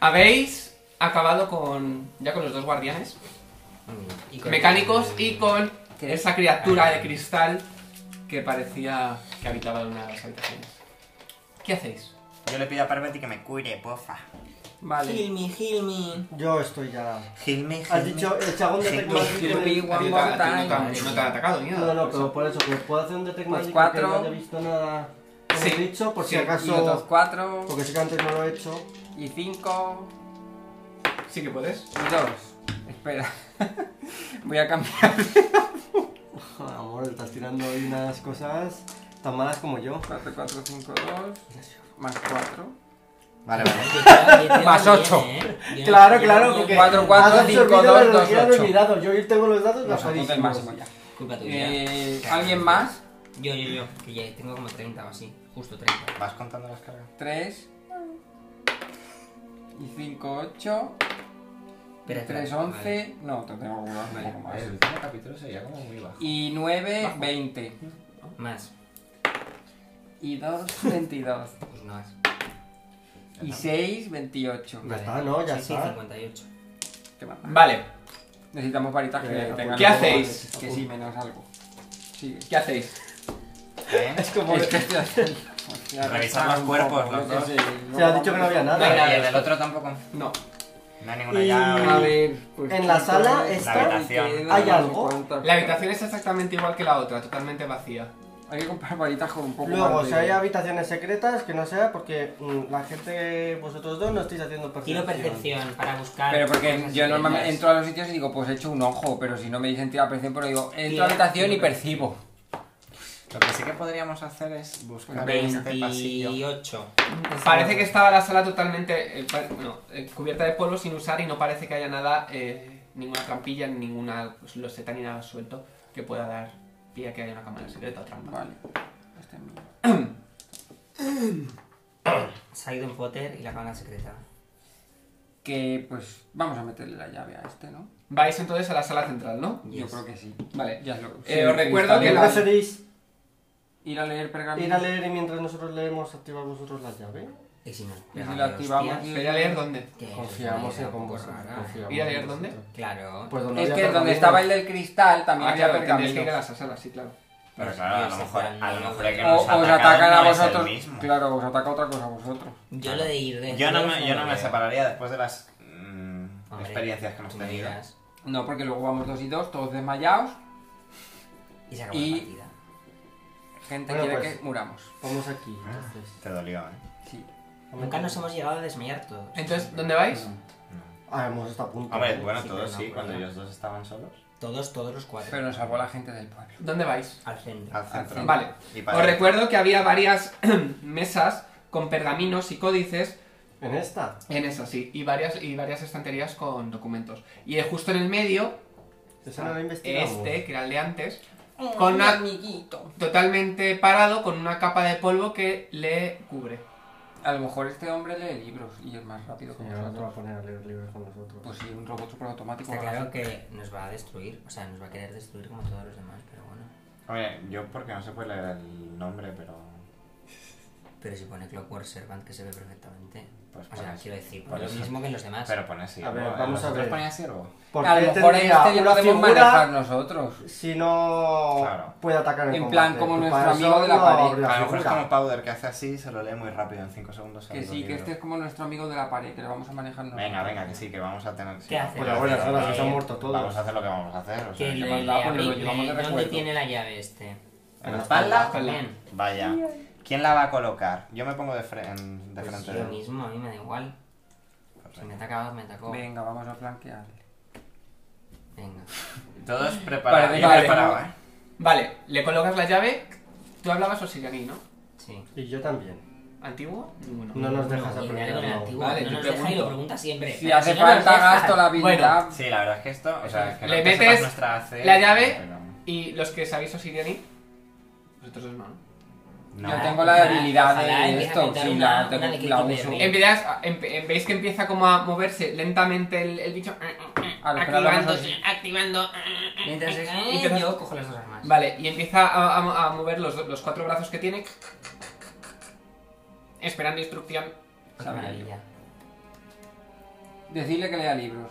Habéis acabado con. ya con los dos guardianes Y con- mecánicos y con ¿Qué? Ah. esa criatura de cristal que parecía que habitaba en una de las habitaciones. ¿Qué hacéis? Yo le pido a Parvati que me cure, pofa. Vale. Hilmi, Hilmi. Yo estoy ya. Hilmi, Has dicho el chagón de Hitman. Magic. A ti One no te ha- more a ti no te ha- time. no te han atacado ni nada. No, no, por pero eso. por eso, que puedo hacer un Detect Pues Magic cuatro. porque no he visto nada. Como Sí, he dicho, por si sí, acaso. Y otros cuatro. Porque sé que antes no lo he hecho. Y cinco. Sí que puedes. Y dos. Espera. Voy a cambiar. Joder, amor, estás tirando hoy unas cosas tan malas como yo. 4, 4, 5, 2. Más 4. Vale, vale. Más ocho. eh. Claro, claro, porque- Cuatro, cuatro, Has cinco, absorbido dos, la dos, energía de ocho. mis dados. Yo tengo los dados Los apunto el bajadísimos. máximo ya. Culpa tuya. Eh, ¿Alguien más? Yo, yo, yo. Que ya tengo como 30 o así. Justo 30. ¿Vas contando las cargas? 3. Y 5, 8. Espera, espera, 3, ¿Eh? 11. No, te tengo que guardar un poco más. El último capítulo sería como muy bajo. Y 9, 20. Más. Y 2, 22. Pues no más. Y 6, 28. Ya está, Ah, ¿no? Ya sí, Sí, está. 58. Qué mal. Vale. Necesitamos varitas que Eh, tengan. ¿qué algo hacéis? más, Que sí, menos algo. Sigue. ¿Qué hacéis? Es como. Es que estoy haciendo- Revisar los cuerpos, Yo los qué dos. sé, Se ha dicho que no había Vale, nada. y el del otro tampoco. No. No hay ninguna Y- A llave. ver, pues En la sala ¿cuánto es? está- La habitación. Quedan ¿Hay no sé algo? cuántas. La habitación es exactamente igual que la otra, totalmente vacía. Hay que comprar varitas con un poco Luego, más si de- hay habitaciones secretas, que no sea porque mm, la gente, vosotros dos, no estáis haciendo percepción. Tiro percepción para buscar. Pero porque cosas yo normalmente secretas. entro a los sitios y digo, pues echo un ojo, pero si no me dicen tira percepción, pero digo, entro a la Tira, habitación y tira percibo. Lo que sí que podríamos hacer es buscar este pasillo. 28. Parece que estaba la sala totalmente eh, pa- no, eh, cubierta de polvo sin usar y no parece que haya nada, eh, ninguna trampilla, ninguna pues, loseta ni nada suelto que pueda dar pie a que haya una cámara secreta o trampa. Vale. Este es mío. Se ha ido en Potter y la cámara secreta. Que pues vamos a meterle la llave a este, ¿no? Vais entonces a la sala central, ¿no? Yo Yes. creo que sí. Vale. Ya lo- Eh, sí, os recuerdo que ¿Qué cristalina. la- preferís? Ir a leer pergaminos. Ir a leer y mientras nosotros leemos, activar vosotros la llave. Y si no, Y si pégame, la activamos, hostias, Voy a leer dónde. que es Confiamos una idea en con un poco vosotros. rara. confiamos ¿Ir a en leer dónde? vosotros. Claro. Pues donde Es había que donde pergaminos. estaba el del cristal también Ah, había claro, tendréis que ir a pergaminos. las salas, sí, claro. Pero claro, a lo mejor, a lo mejor el que O nos os ha atacan a atacado no es el vosotros. mismo. Claro, os ataca otra cosa a vosotros. Yo lo de ir de. Yo no me, de- yo no me de- separaría después de las mm, Hombre, experiencias que hemos tú me tenido. dirás. No, porque luego vamos dos y dos, todos desmayados. Y se acabó Y- la partida. Gente Bueno, quiere pues. que muramos. Vamos aquí, Ah. entonces. Ah, Te dolió, ¿eh? Sí. Nunca nos hemos llegado a desmayar todos. Eh. Entonces, ¿dónde vais? Ah, hemos estado a punto. Hombre, bueno, Sí, todos pero no, sí, cuando bueno. ellos dos estaban solos. Todos, todos los cuatro. Pero nos salvó la gente del pueblo. ¿Dónde vais? Al centro. Al centro. Vale. Y para Os recuerdo que había varias mesas con pergaminos y códices En esta. en eso, sí, y varias, y varias estanterías con documentos. Y eh, justo en el medio, Esa no la investigamos. este, que era el de antes, con una, amiguito. totalmente parado, con una capa de polvo que le cubre. A lo mejor este hombre lee libros y es más rápido que Señora, no te va a nosotros. poner a leer libros con nosotros. Pues sí, un robot super automático. Está claro que nos va a destruir. O sea, nos va a querer destruir como todos los demás, pero bueno. Hombre, yo porque no se puede leer el nombre, pero. Pero si pone Clockwork Servant, que se ve perfectamente. Pues o sea, por quiero decir, por lo eso. mismo que en los demás. Pero ¿eh? pone así. A ver, vamos a ver. ponía siervo? Porque a lo mejor a tendría este ya lo una podemos figura manejar nosotros. si no Claro. puede atacar en, En combate. plan, como Y nuestro para amigo eso de la no pared. abre A lo mejor es como figura. Powder que hace así y se lo lee muy rápido en 5 segundos. Que abre sí, el que libro. este es como nuestro amigo de la pared, que lo vamos a manejar nosotros. Venga, venga, que sí, que vamos a tener. sí, ¿Qué hace? Pues ahora, ahora, Eh, que se han muerto todos. Vamos a hacer lo que vamos a hacer. O Que sea, le- que- mandaba le a ponerlo, abrí- llevamos de ¿Dónde recuerdo. tiene la llave este? ¿En la espalda? También. Vaya. ¿Quién la va a colocar? Yo me pongo de, fre- en- de Pues frente yo de él. mismo, a mí me da igual. Si me atacaba, me atacó. Venga, vamos a flanquearle. Venga. Todos preparados. Vale, Yo vale. preparado, ¿eh? Vale, le colocas la llave. Tú hablabas osirianí, ¿no? Sí. Y yo también. ¿Antiguo? Ninguno. No nos dejas No, y de aprender. algo en no. antiguo, Vale, no yo nos deja y pregunto. lo pregunta siempre. Si Pero hace no nos falta deja. gasto la habilidad. Sí, la verdad es que esto. O sea, es que Le no te sepas metes nuestra AC, la llave. pero- Y los que sabéis osirianí, vosotros dos no. ¿no? No. Yo tengo la Ojalá, habilidad ojalá de empiece a esto, pintar sí, una- la, tengo- una de la Katy uso. Perry. Eh, Empiezas a- em- em- veis que empieza como a moverse lentamente el, el bicho. A lo que activando- hablamos así. activando. Eh, Mientras es- Y empiezas- yo cojo las dos armas. Vale, y empieza a, a- a mover los, los cuatro brazos que tiene. Esperando instrucción. Qué maravilla. Decirle que lea libros.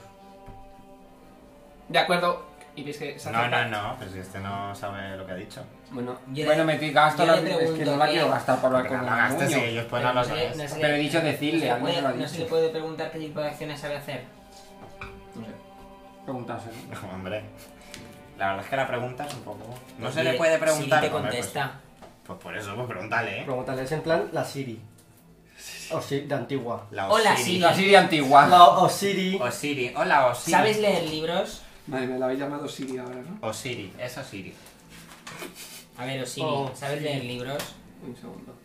De acuerdo. Y veis que se No, acerca. no, no, pero si este no sabe lo que ha dicho. Bueno, Yo bueno, le- me gasto yo la le es que pregunto no la qué- quiero gastar para hablar Pero con Pues no un la gastes y niño. ellos pueden hablar no se le- no de se le- Pero he dicho no se decirle, le a mí se lo ha puede- no se le dicho. puede preguntar qué tipo de acciones sabe hacer. no sé. Preguntárselo. Hombre, la verdad es que la pregunta es un poco... No se Y- le puede preguntar... Si Pues te Hombre, contesta. Pues, pues por eso, pues pregúntale, ¿eh? Pregúntale, es en plan la Siri. Osiri, de antigua. La Hola, Y Sí. la Siri antigua. La Osiri. Osiri, hola Osiri. ¿Sabes leer libros? Madre me la habéis llamado Siri ahora, ¿no? Osiri, es Osiri. A ver, Osiri, Oh, ¿sabes leer libros? Un segundo.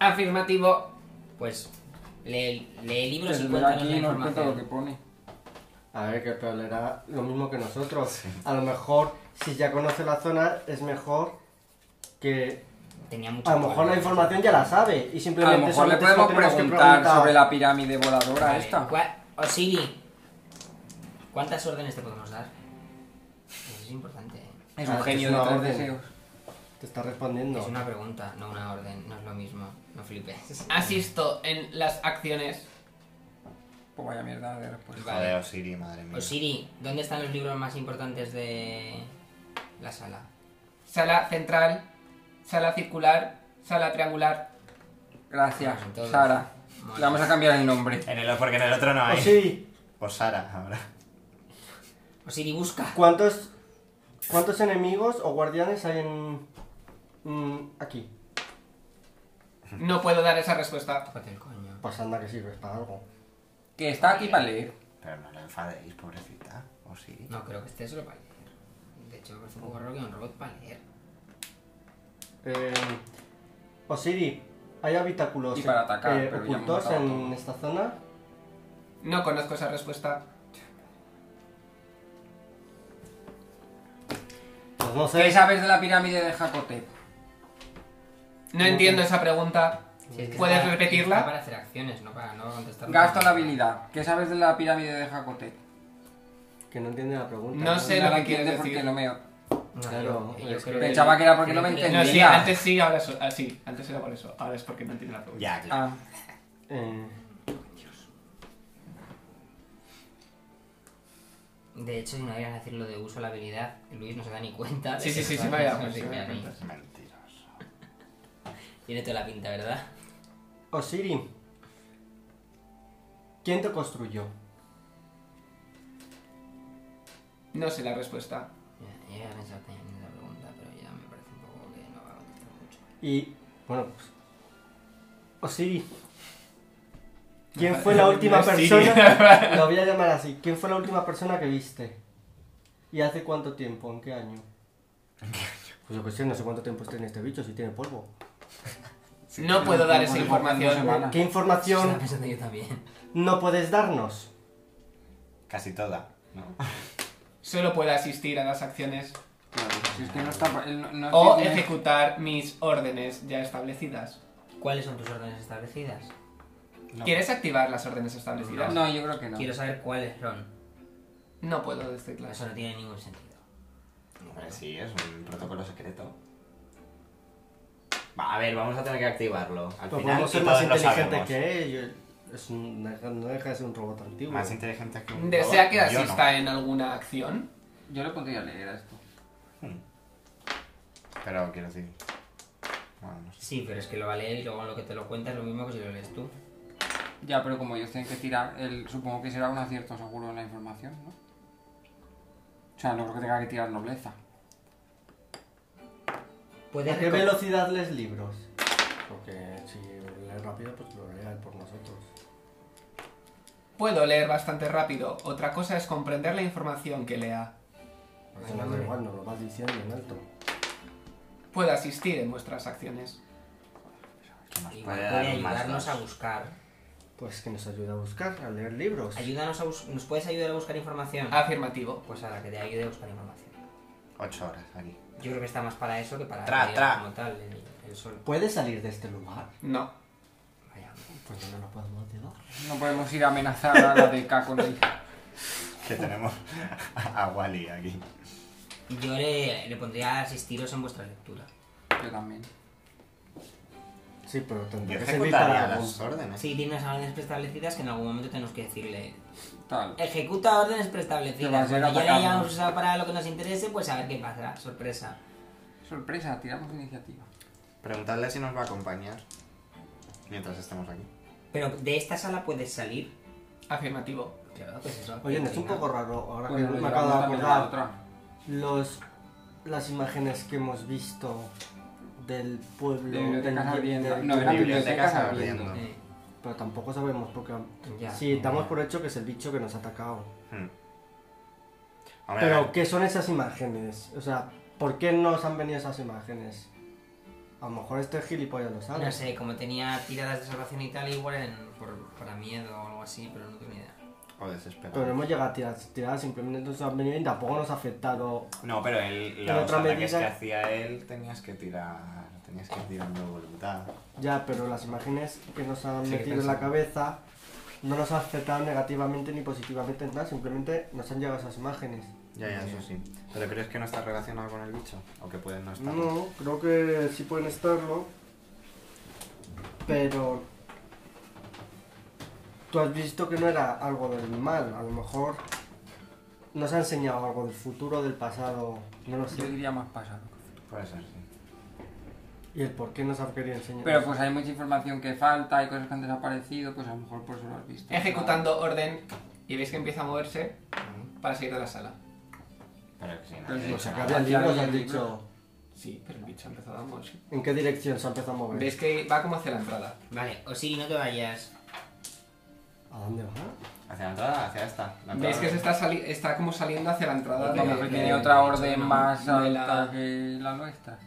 Afirmativo. Pues lee, lee libros y Pero cuéntanos la aquí nos cuenta lo que pone. información. A ver, que pero le hará lo mismo que nosotros. A lo mejor, si ya conoce la zona, es mejor que... Tenía mucho A lo mejor la color. información ya la sabe y A simplemente... lo mejor le solamente se lo podemos tenemos que preguntar preguntar. sobre la pirámide voladora Vale, esta. ¿cuá- Osiri, ¿cuántas órdenes te podemos dar? Eso es importante. ¿eh? Es Ah, un que genio es de una tres orden. deseos. Te está respondiendo. Es una pregunta, no una orden, no es lo mismo. No flipes. Asisto en las acciones. Pues vaya mierda de respuesta. Vale. Joder, Osiri, madre mía. Osiri, ¿dónde están los libros más importantes de la sala? Sala central. Sala circular. Sala triangular. Gracias, Vamos, entonces. Sara. Vale. Le vamos a cambiar el nombre. En el, porque en el otro no hay. Osiri, O Sara, ahora. Osiri, busca. ¿cuántos, ¿cuántos enemigos o guardianes hay en... mm, aquí? No puedo dar esa respuesta. Tócate el coño. Pues anda que sirves para algo. Que está aquí para leer. Pero no la enfadéis, pobrecita. Osiri. No, creo que esté solo para leer. De hecho, me parece un poco raro que un robot para leer. Eh, Osiri, ¿hay habitáculos Y para atacar, eh, pero ya hemos ocultos matado a en todos. esta zona? No conozco esa respuesta. Pues no ¿Qué sé. sabes de la pirámide de Jacotep? No entiendo esa pregunta. Si es que ¿Puedes está- repetirla? está para hacer acciones, no para no contestar. Gasto la habilidad. ¿Qué sabes de la pirámide de Jacotep? Que no entiende la pregunta. No sé No lo la que entiende quieres porque decir. lo meo. No, Claro, yo, yo es creo que pensaba que era porque creo no me que- No, sí, Entendía. antes sí, ahora so- ah, sí, antes era por eso. Ahora es porque no entiendo la pregunta. Ya, claro. Ah, Eh, De hecho, si no debías decir lo de uso de la habilidad, Luis no se da ni cuenta. de Sí, sí, que sí, lo sí, me haces, había dado no sé cuenta, qué, sí, pues. me a mí. había dado Mentiroso. Tiene toda la pinta, ¿verdad? Osiri, ¿quién te construyó? No sé la respuesta. Ya, Yo había pensado también en esa pregunta, pero ya me parece un poco que no va a contestar mucho. Y, bueno, pues... Osiri, ¿quién Me fue la parece última muy persona? Lo voy a llamar así. ¿Quién fue la última persona que viste? ¿Y hace cuánto tiempo? ¿En qué año? Pues yo que sé, no sé cuánto tiempo está en este bicho, si tiene polvo. No puedo dar esa Bueno, pues, información. bueno, ¿Qué Estaba información pensando yo también. no puedes darnos? Casi toda. No. Solo puedo asistir a las acciones claro, si pues, es que no está... él no- no es o que tiene- ejecutar mis órdenes ya establecidas. ¿Cuáles son tus órdenes establecidas? No. ¿Quieres activar las órdenes establecidas? No, yo creo que no. Quiero saber cuáles son. No puedo decirlas. Eso no tiene ningún sentido. Hombre, sí, es un protocolo secreto. Va, a ver, vamos a tener que activarlo. Al Pero final, Pues podemos ser y más todos lo inteligentes sabemos. que ellos. Es un- no deja de ser un robot antiguo. Más inteligente que un ¿Desea robot, que yo no. asista en alguna acción? Yo le pondría a leer a esto. Pero quiero decir. Bueno, no sé. Sí, pero es que lo va a leer y luego lo que te lo cuenta es lo mismo que si lo lees tú. Ya, pero como ellos tienen que tirar, él supongo que será un acierto seguro en la información, ¿no? O sea, no creo que tenga que tirar nobleza. Puedes ¿A qué reco- velocidad lees libros? Porque si lees rápido, pues lo lean por nosotros. Puedo leer bastante rápido. Otra cosa es comprender la información que lea. Eso Pues no da igual, nos lo vas diciendo en alto. Puedo asistir en vuestras acciones. Que nos Igual puede puede, dar un más ayudarnos dos. a buscar. Pues que nos ayuda a buscar, a leer libros. Ayúdanos a bus- ¿Nos puedes ayudar a buscar información? Ah. Afirmativo. Pues a la que te ayude a buscar información. Ocho horas aquí. Yo creo que está más para eso que para Tra, leer tra. como tal el, el sol. ¿Puedes salir de este lugar? No. Vaya, hombre. Pues no nos podemos ayudar. No podemos ir a amenazar a la de K con el... Que tenemos a Wally aquí. Yo le, le pondría a asistiros en vuestra lectura. Yo también. Sí, pero tendría Yo que servir para ejecutaría algo. las órdenes. Sí, tiene unas órdenes preestablecidas que en algún momento tenemos que decirle. Tal. Ejecuta órdenes Que va a ser preestablecidas. Cuando ya la atacado. hayamos usado para lo que nos interese, pues a ver qué pasará. Sorpresa. Sorpresa, tiramos iniciativa. Preguntadle si nos va a acompañar mientras estemos aquí. Pero de esta sala puedes salir. Afirmativo. Claro, pues eso. Oye, no es un encima. poco raro, ahora que Bueno, me lo acabo de llevamos también a la acordar, otra. los, las imágenes que hemos visto del pueblo, De bibliotecas del- abriendo. del- No, eran bibliotecas bibliotecas abriendo. abriendo. Eh, pero tampoco sabemos, porque Ya. sí, damos por hecho que es el bicho que nos ha atacado. Hmm. Hombre, a Pero, ver, ¿qué son esas imágenes? O sea, ¿por qué nos han venido esas imágenes? A lo mejor este gilipollas lo sabe. No sé, como tenía tiradas de salvación y tal, igual eran por, para miedo o algo así, pero no tengo ni idea. O Pero no desesperado. hemos llegado a tirar, tirar, simplemente nos han venido y tampoco nos ha afectado. No, pero él, En los otra ataques medida- que hacía él tenías que tirar. Tenías que ir tirando voluntad. Ya, pero las imágenes que nos han Sí, que metido en la pensaba. cabeza no nos han afectado negativamente ni positivamente en nada, simplemente nos han llegado esas imágenes. Ya, ya, eso sí. ¿Pero crees que no está relacionado con el bicho? ¿O que pueden no estar? No, creo que sí pueden estarlo, pero tú has visto que no era algo del mal, a lo mejor nos ha enseñado algo del futuro, del pasado, no lo Yo sé. diría más pasado. Puede ser, sí. Y el por qué nos ha querido enseñar. Pero pues hay mucha información que falta, hay cosas que han desaparecido, pues a lo mejor por eso lo has visto. Ejecutando orden y veis que empieza a moverse para salir de la sala. Pero que sí, nadie ha Pero si Lo no hecho se nada. sacaría el libro, nos han dicho. Sí, pero el bicho ha empezado a moverse. ¿En qué dirección se ha empezado a Pues mover? Veis que va como hacia la entrada. Vale, Osiri, no te vayas. ¿A dónde va? ¿Hacia la entrada? ¿Hacia esta? La Veis entrada. que se está, sali- está como saliendo hacia la entrada de, Vamos, Ah, que de- tiene otra orden no, más no, alta la- que la nuestra.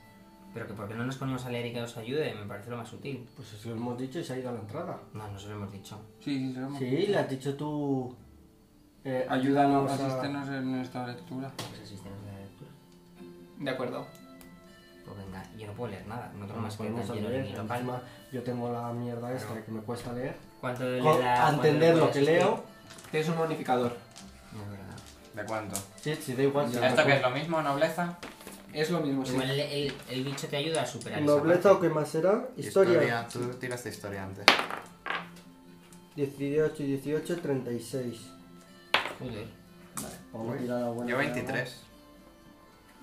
Pero que por qué no nos ponemos a leer y que nos ayude, me parece lo más útil. Pues eso lo hemos dicho y se ha ido a la entrada. No, no se lo hemos dicho. Sí, sí, se lo hemos- Sí, le has dicho tú. eh, Ayúdanos, a- asístenos en nuestra lectura. Pues asistemos a la lectura. De acuerdo. Pues venga, yo no puedo leer nada, no tengo Nos más que ponemos a lleno leer, ni la encima palma. yo tengo la mierda esta que me cuesta leer. ¿Cuánto le Con- da- a cuánto le entender lo puede que asistir? leo. Tienes un bonificador. No, es verdad. ¿De cuánto? Sí, sí, da igual. si ¿Esto me que es cuesta. lo mismo, nobleza? Es lo Pues mismo, sí. Igual el, el- el bicho te ayuda a superar esa Nobleza o parte. qué más será? Historia. Tú tiraste historia antes. 18 y 18, 36. Joder. Vamos a tirar la buena. Yo 23.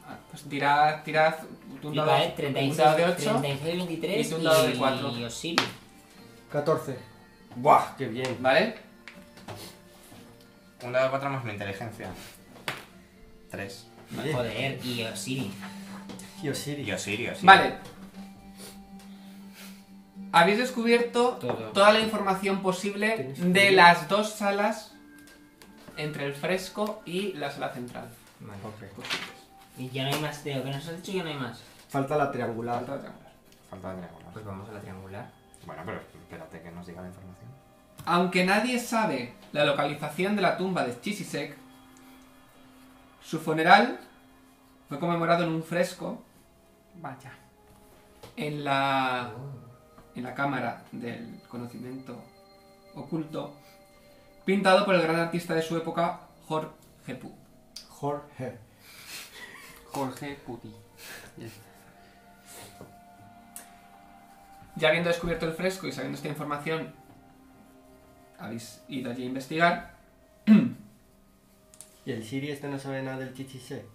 Ah, Pues tirad, tirad un dado, Flipa, ¿eh? un 36, dado de 8. 36, 23 y tú un dado de y- cuatro. y Osiri. 14. ¡Buah! ¡Qué bien! ¿Vale? Un dado de 4 más mi inteligencia. 3. Bien. Joder, y Osiri. Y Osiris. Y Osirio, sí. Vale. Habéis descubierto Todo. toda la información posible Tienes que de ir. las dos salas entre el fresco y la sala central. Vale. Ok. Y ya no hay más, de lo que nos has dicho ya no hay más. Falta la triangular. Falta triangular. Falta de triangular. Pues vamos a la triangular. Bueno, pero espérate que nos diga la información. Aunque nadie sabe la localización de la tumba de Chisisek, su funeral fue conmemorado en un fresco Vaya. en la, en la cámara del conocimiento oculto, pintado por el gran artista de su época, Jorge Pu. Jorge. Jorge Puti. Ya habiendo descubierto el fresco y sabiendo esta información, habéis ido allí a investigar. ¿Y el Siri este no sabe nada del chichise?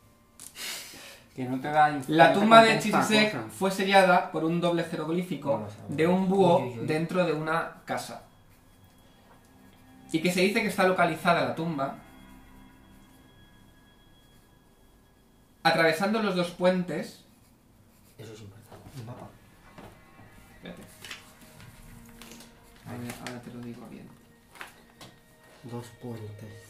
Que no te da inf- La no te tumba de contesta Chisisek cosas. fue sellada por un doble jeroglífico No lo sabemos. de un búho Uy, uy, uy. dentro de una casa. Y que se dice que está localizada la tumba atravesando los dos puentes Eso es importante. El mapa. Espérate. Ahora, ahora te lo digo bien. Dos puentes.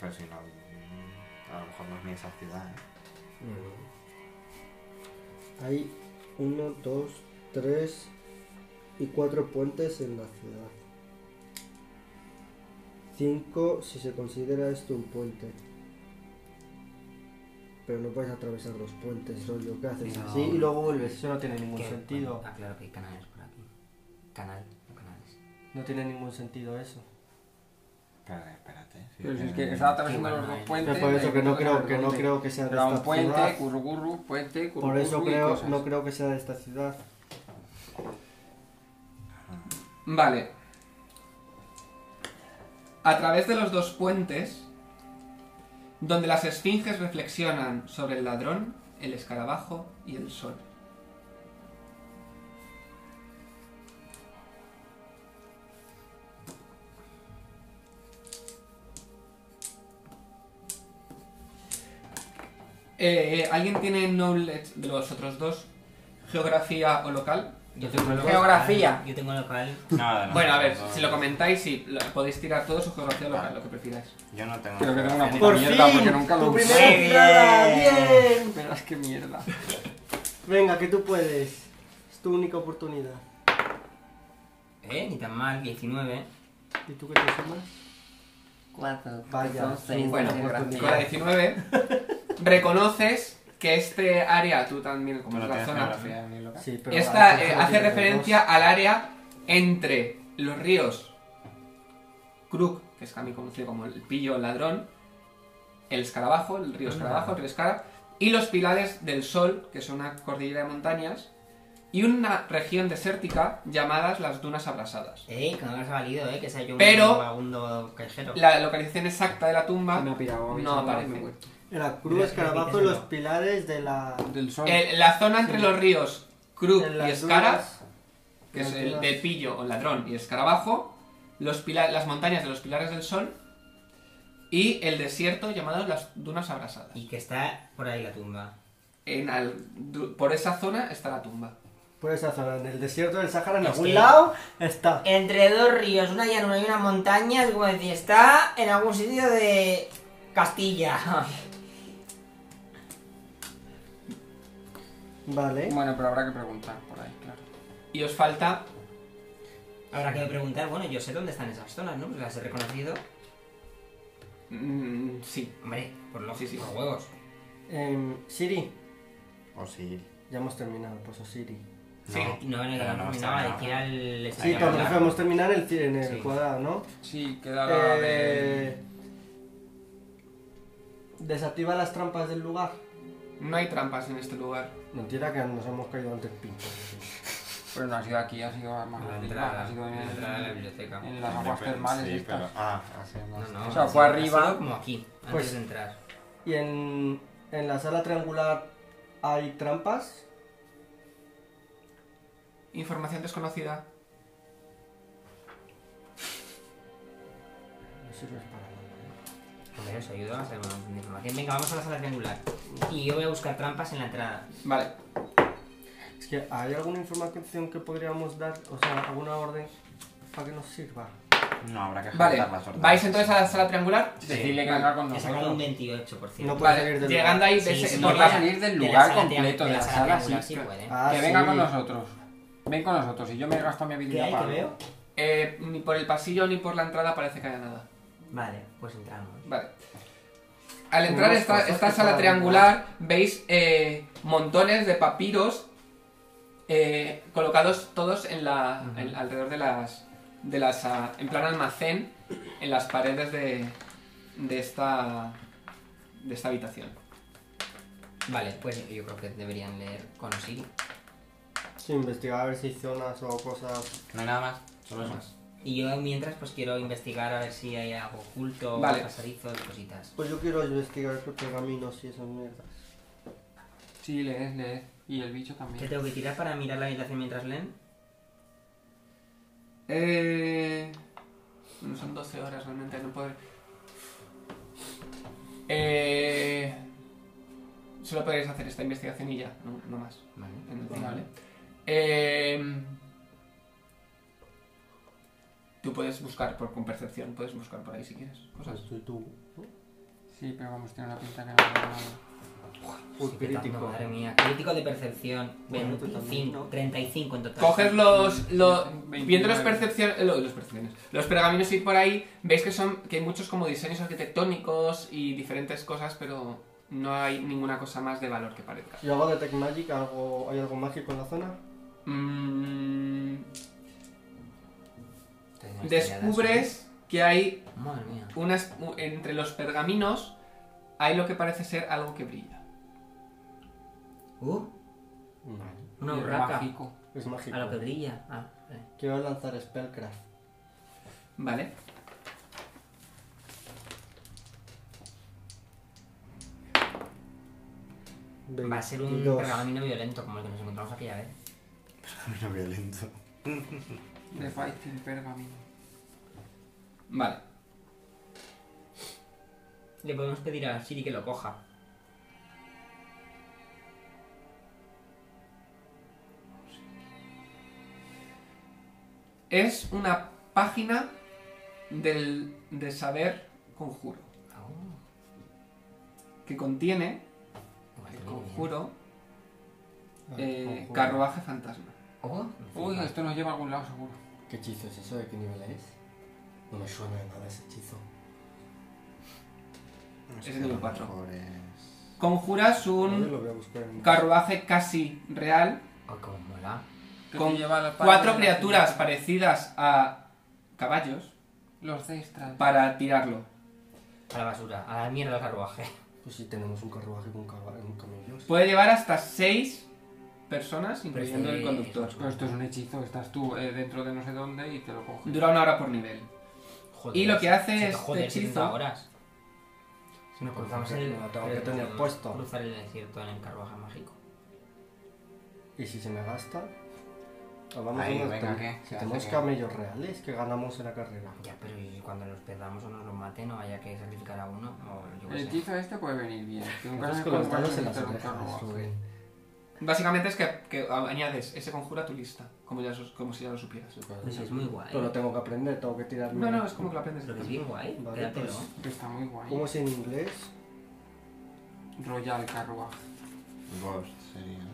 Pero si no. mm, A lo mejor no es ni esa ciudad, ¿eh? Hay uno, dos, tres y cuatro puentes en la ciudad. Cinco si se considera esto un puente. Pero no puedes atravesar los puentes, rollo que haces No. así y luego vuelves. Eso no tiene ningún Que- sentido. bueno, Ah, claro que hay canales por aquí. Canal, no canales. No tiene ningún sentido eso. Pero espérate. sí, Pero si Pues es eh, que está atravesando Sí, los bueno, dos eh. puentes. por eso que no creo que no dónde. creo que sea de Era un esta puente, ciudad. currugurru, puente, currugurru. Por eso y creo, cosas. no creo que sea de esta ciudad. Vale. A través de los dos puentes, donde las esfinges reflexionan sobre el ladrón, el escarabajo y el sol. Eh, ¿Alguien tiene knowledge de los otros dos? ¿Geografía o local? Yo tengo local. Geografía. Yo tengo local. Nada, no, Bueno, a ver, no, no. si lo comentáis, sí, lo- podéis tirar todos su geografía o local, Vale. lo que prefiráis. Yo no tengo. Creo que tengo una puta Por mierda fin, porque nunca lo tu usé. primera Muy tirada, bien. bien. Pero es que mierda. Venga, que tú puedes. Es tu única oportunidad. Eh, ni tan mal, 19. ¿Y tú qué te sumas? Cuatro. Vaya, son seis, Bueno, Una Con la oportunidad. 19, reconoces que este área, tú también, Tú como no es la tienes zona, geografía ni local. Sí, pero esta antes eh, solo hace tienes referencia dos. al área entre los ríos Krug, que es también conocido como el pillo ladrón, el escarabajo, el río escarabajo, el río escara, y los pilares del sol, que son una cordillera de montañas, y una región desértica llamadas las dunas abrasadas. Eh, que no me ha valido, eh, que sea yo Pero- un vagabundo callejero. La localización exacta de la tumba Me ha pirado, no me aparece. he muerto. Era cruz, escarabajo y los pilares de la. Del sol. El- la zona entre los ríos Krug en y las Escara, dunas. que es las el dunas. de Pillo o Ladrón y Escarabajo, los pila- las montañas de los Pilares del Sol y el desierto llamado las Dunas Abrasadas. Y que está por ahí la tumba. En al- du- por esa zona está la tumba. Por esa zona, Pues en el desierto del Sahara, en Es algún que- lado está. Entre dos ríos, una llanura y una montaña, es como decir, está en algún sitio de Castilla. Vale. Eh. Bueno, pero habrá que preguntar por ahí, claro. Y os falta... Habrá que preguntar, bueno, yo sé dónde están esas zonas, ¿no? Pues las he reconocido. mm, sí. Hombre, por los Sí, sí. por huevos. Em, Siri. O sí. Ya hemos terminado, pues Siri. Sí. Y no, no, Pero no, no, no, está bien, decía el... Sí, ya pero está. hemos terminado en el, en el Sí. cuadrado, ¿no? Sí, queda la de... Eh, Desactiva las trampas del lugar. No hay trampas en este lugar. Mentira que nos hemos caído antes pinchos. Pero no ha sido aquí, ha sido más La arriba, entrada, ha sido en, la entrada de la biblioteca. en las aguas termales Sí, estas. pero- Ah, así no. No, no, O sea, fue ha arriba. sido como aquí, antes Pues- de entrar. Y en, en la sala triangular hay trampas. Información desconocida. No sirves para nada. Hombre, nos ayuda a hacer más información. Venga, vamos a la sala triangular. Y yo voy a buscar trampas en la entrada. Vale. ¿eh? Es que hay alguna información que podríamos dar, o sea, alguna orden para que nos sirva. No, habrá que Vale. juntar las órdenes. ¿Vais entonces a la sala triangular? Decirle que venga con He sacado un nosotros. 28%. por No cierto. Puede Vale. salir del Llegando lugar. ahí, Sí, ves- sí, por de va a la- salir del de la lugar sala completo, triangular- de la sala, triangular, sí, sí, puede. Ah, que venga sí. con nosotros. Ven con nosotros y yo me gasto mi ¿Qué habilidad hay que para... veo? eh, ni por el pasillo ni por la entrada parece que haya nada. Vale, pues entramos. Vale. Al entrar a Unos esta, pasos esta que sala paran, triangular veis eh, montones de papiros eh, colocados todos en la, en- alrededor de las, de las ah, en plan almacén en las paredes de, de esta de esta habitación. Vale, pues yo creo que deberían leer con Siri. Sí, investigar a ver si hay zonas o cosas. No hay nada más. Solo eso. Y yo mientras pues quiero investigar a ver si hay algo oculto, Vale. pasadizos, cositas. Pues yo quiero investigar esos pergaminos y esas mierdas. Sí, lees, lees. Y el bicho también. ¿Qué tengo que tirar para mirar la habitación mientras leen? Eh, no son 12 horas realmente, no puedo. Eh, solo podéis hacer esta investigación y ya, no, no más. Vale. En el ¿eh? cine, ¿vale? Em, tú puedes buscar por con percepción, puedes buscar por ahí si quieres cosas. Soy tú. Sí, pero vamos, tiene una pinta que no veo nada. Uy, Estoy petando, crítico. Madre mía, crítico de percepción. Bueno, tú 25, también, ¿no? 35 en total. Coges los, lo- 29. viendo los percepciones, los percepciones, los pergaminos y por ahí veis que son que hay muchos como diseños arquitectónicos y diferentes cosas, pero no hay ninguna cosa más de valor que parezca. Yo hago Detect Magic, algo, ¿hay algo mágico en la zona? Mm, Estoy dando estrelladas, descubres que hay ¿eh? Madre mía. unas entre los pergaminos hay lo que parece ser algo que brilla. Uh, una Y es urraca. mágico. Es mágico. A lo que brilla. Ah, Quiero lanzar Spellcraft. Vale. Va a ser un 22. pergamino violento como el que nos encontramos aquella vez. Camino violento. De Fighting Pergamino. Vale. Le podemos pedir a Siri que lo coja. Es una página del, de saber conjuro, Oh, que contiene igual el tenía conjuro Ah, eh, conjuro. carruaje fantasma. miedo. Oh, Uy, esto nos lleva a algún lado seguro. ¿Qué hechizo es eso? ¿De qué nivel es? No me suena de nada ese hechizo. Es nivel cuatro. Pobres. Conjuras un voy a buscar en... carruaje casi real oh, cómo mola. Que Con te lleva a la parte de cuatro la criaturas ciudad. parecidas a caballos Los Zeistral. para tirarlo. A la basura, a la mierda del carruaje. Pues si tenemos un carruaje con caba- un camello. Puede llevar hasta seis personas, Pero incluyendo este el es conductor. Pero esto es un hechizo, estás tú eh, dentro de no sé dónde y te lo coges. Dura una hora por nivel. Joder, Y lo que hace se- este joder, 70 hechizo- horas. Si nos cruzamos en el. Lo tengo que pero tener no, puesto. Cruzar el desierto en el carruaje mágico. ¿Y si se me gasta? Ah, vamos Ahí, a unos venga, tem- ¿qué? Si ¿Qué tenemos hace que- camellos reales que ganamos en la carrera. Ya, pero y cuando los perdamos o nos los maten, no haya que sacrificar a uno. O yo El qué sé. hechizo este puede venir bien. que nunca Entonces sabes con los cuándo dados vas a en las necesitar un orejas, carruaje. Rubén. Básicamente es que, que añades ese conjuro a tu lista, como, ya, sos- como si ya lo supieras. Pues es muy guay. Pero lo tengo que aprender, tengo que tirar No, no, es como que lo aprendes Lo de que es ti. bien guay, Vale, quédatelo. pues- Que Está muy guay. ¿Cómo es en inglés? Royal Carruaje. Ghost sería, ¿no?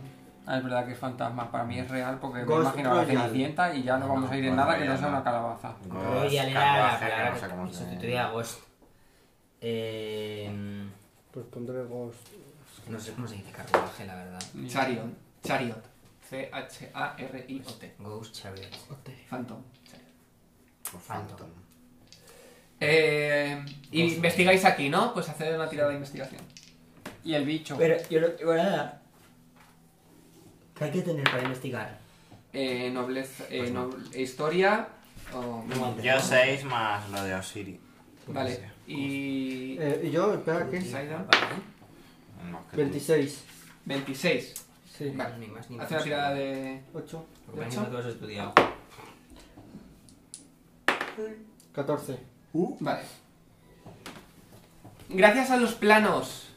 Ah, es verdad que es fantasma. Para mí es real porque me Ghost imagino a la Royal. Cenicienta y ya no vamos a ir en Bueno, nada que no ya sea no. una calabaza. Ghost, Royal era la carruaje, que palabra no sé cómo que se- sustituía a Ghost. Eh, Pues pondré Ghost. no sé cómo se dice carruaje, la verdad. Ni- Chariot. Chariot. C-H-A-R-I-O-T. Ghost Chariot. Phantom. Por Phantom. Eh, y investigáis aquí, ¿no? Pues haced una tirada de investigación. Y el bicho. yo no tengo nada. ¿Qué hay que tener para investigar? Eh, nobleza, eh, Pues noble- historia o memoria. Yo 6 más lo de Osiri. pues, Vale. Y Eh, ¿Y yo? Espera, ¿qué? Saida, No, que tú. 26. 26. Sí. Vale. Ni más ni menos. Hace una tirada de 8. Lo que pasa es que no todos estudiado. 14. Vale. Gracias a los planos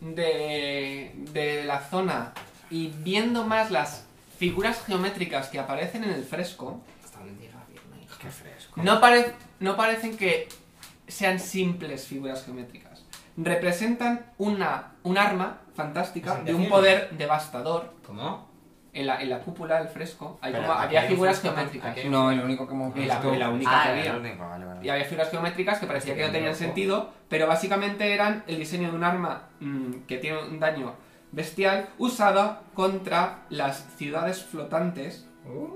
de, de la zona y viendo más las figuras geométricas que aparecen en el fresco, Hasta donde llega la pierna, hija. Qué fresco. no, pare- no parecen que sean simples figuras geométricas. Representan una, un arma fantástica de un poder devastador. ¿Cómo? En la, en la cúpula, el fresco, hay Pero como- aquí había hay figuras fresco, geométricas. aquí hay- No, el único que hemos Y la- visto. y la única Ah, que era había. el único, vale, vale. Y había figuras geométricas que parecía que no tenían sentido, pero básicamente eran el diseño de un arma mm, que tiene un daño bestial usada contra las ciudades flotantes Uh.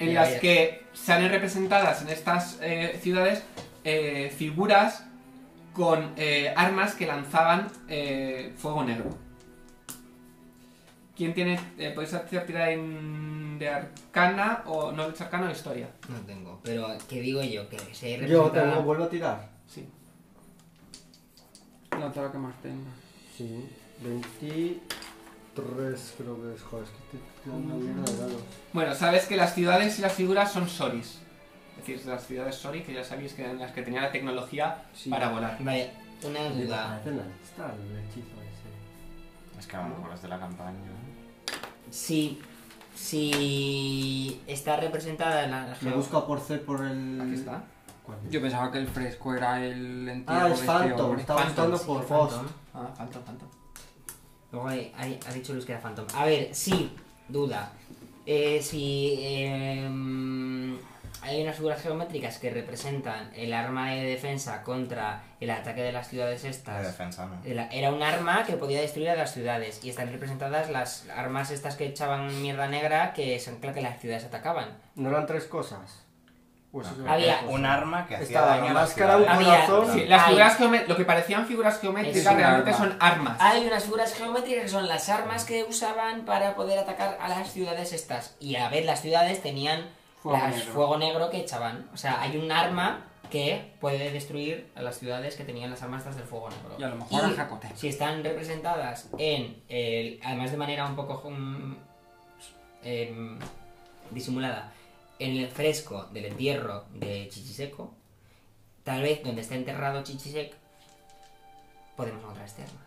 en Ya, las ya. que salen representadas en estas eh, ciudades eh, figuras con eh, armas que lanzaban eh, fuego negro. ¿Quién tiene? eh, ¿Podéis hacer tirada en- de arcana o no de arcana o historia? No tengo. Pero, ¿qué digo yo? Que se Yo representa... tengo, vuelvo a tirar. Sí. Lanza lo que más tenga. Sí. 23 creo que es. Joder, es que te- tengo una mierda de dados. Bueno, sabes que las ciudades y las figuras son soris. Es decir, las ciudades sori, que ya sabéis que eran las que tenían la tecnología Sí. para volar. Vale, una duda. Aparece en la lista el hechizo ese. Es que vamos con los de la campaña. ¿eh? Si... Si... Está representada en la... Me busco a Porce por el. Aquí está. ¿Cuál? Yo pensaba que el fresco era el entierro Ah, de es este Phantom. hombre. Estaba Phantom, buscando Sí, por Phantom. Foss. Ah, Phantom, Phantom. Luego hay- hay- ha dicho Luz que era Phantom. A ver, sí, duda. Eh, si em, hay unas figuras geométricas que representan el arma de defensa contra el ataque de las ciudades De estas. defensa, ¿no? Era era un arma que podía destruir a las ciudades y están representadas las armas estas que echaban mierda negra que son claro que las ciudades atacaban. ¿No eran tres cosas? O Pues eso es otra Había cosa. Un arma que hacía Estaba la daño a la máscara, un ciudad. Había- corazón. Sí, las Ay. figuras geome- lo que parecían figuras Ah. Es geométricas un realmente arma. son armas. Hay unas figuras geométricas que son las armas que usaban para poder atacar a las ciudades estas. Y a ver, las ciudades tenían Fuego las negro. fuego negro que echaban. O sea, hay un arma que puede destruir a las ciudades que tenían las armas estas del fuego negro. Y a lo mejor a Jacote. Si están representadas en. el- además de manera un poco. mm, em, disimulada. En el fresco del entierro de Chichiseco. Tal vez donde está enterrado Chichisec. Podemos encontrar este arma.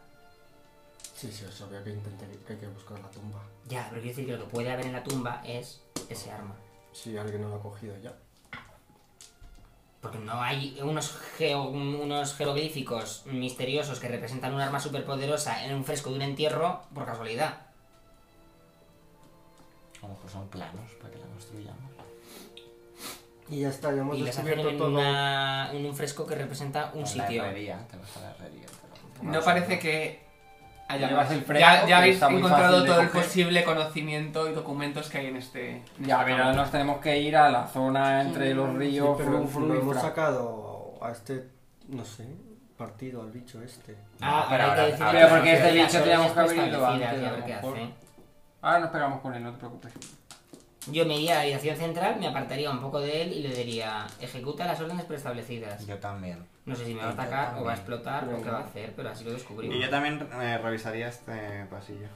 Sí, sí, es obvio que, intenté- que hay que buscar la tumba. Ya, pero quiero decir que lo que puede haber en la tumba es ese arma. Si alguien no la ha cogido ya. Porque no hay unos, geo- unos jeroglíficos misteriosos que representan un arma superpoderosa en un fresco de un entierro por casualidad. A lo mejor son planos para que la construyamos. Y ya está, ya hemos Y las hacen descubierto en, todo. una- en un fresco que representa un En sitio. La herrería, te vas a la herrería. te lo compro. No parece que haya Llevas más. el fresco, ya, que ya habéis está muy encontrado fácil de todo el coger. posible conocimiento y documentos que hay en este. en Ya, este pero campo. nos tenemos que ir a la zona entre los Sí, ríos, pero flu, lo flu y hemos fra. sacado a este, no sé, partido, al bicho este. Ah, Pero hay que ahora- decir ahora- que pero las porque este zonas bicho teníamos que están abrirlo antes, establecidas, a lo y a ver qué mejor. hace. Ahora nos pegamos con él, no te preocupes. Yo me iría a la dirección central, me apartaría un poco de él y le diría: ejecuta las órdenes preestablecidas. Yo también. No sé si me va a Y yo atacar o va a también. explotar o Venga. qué va a hacer, pero así lo descubrimos. Y yo también eh, revisaría este pasillo.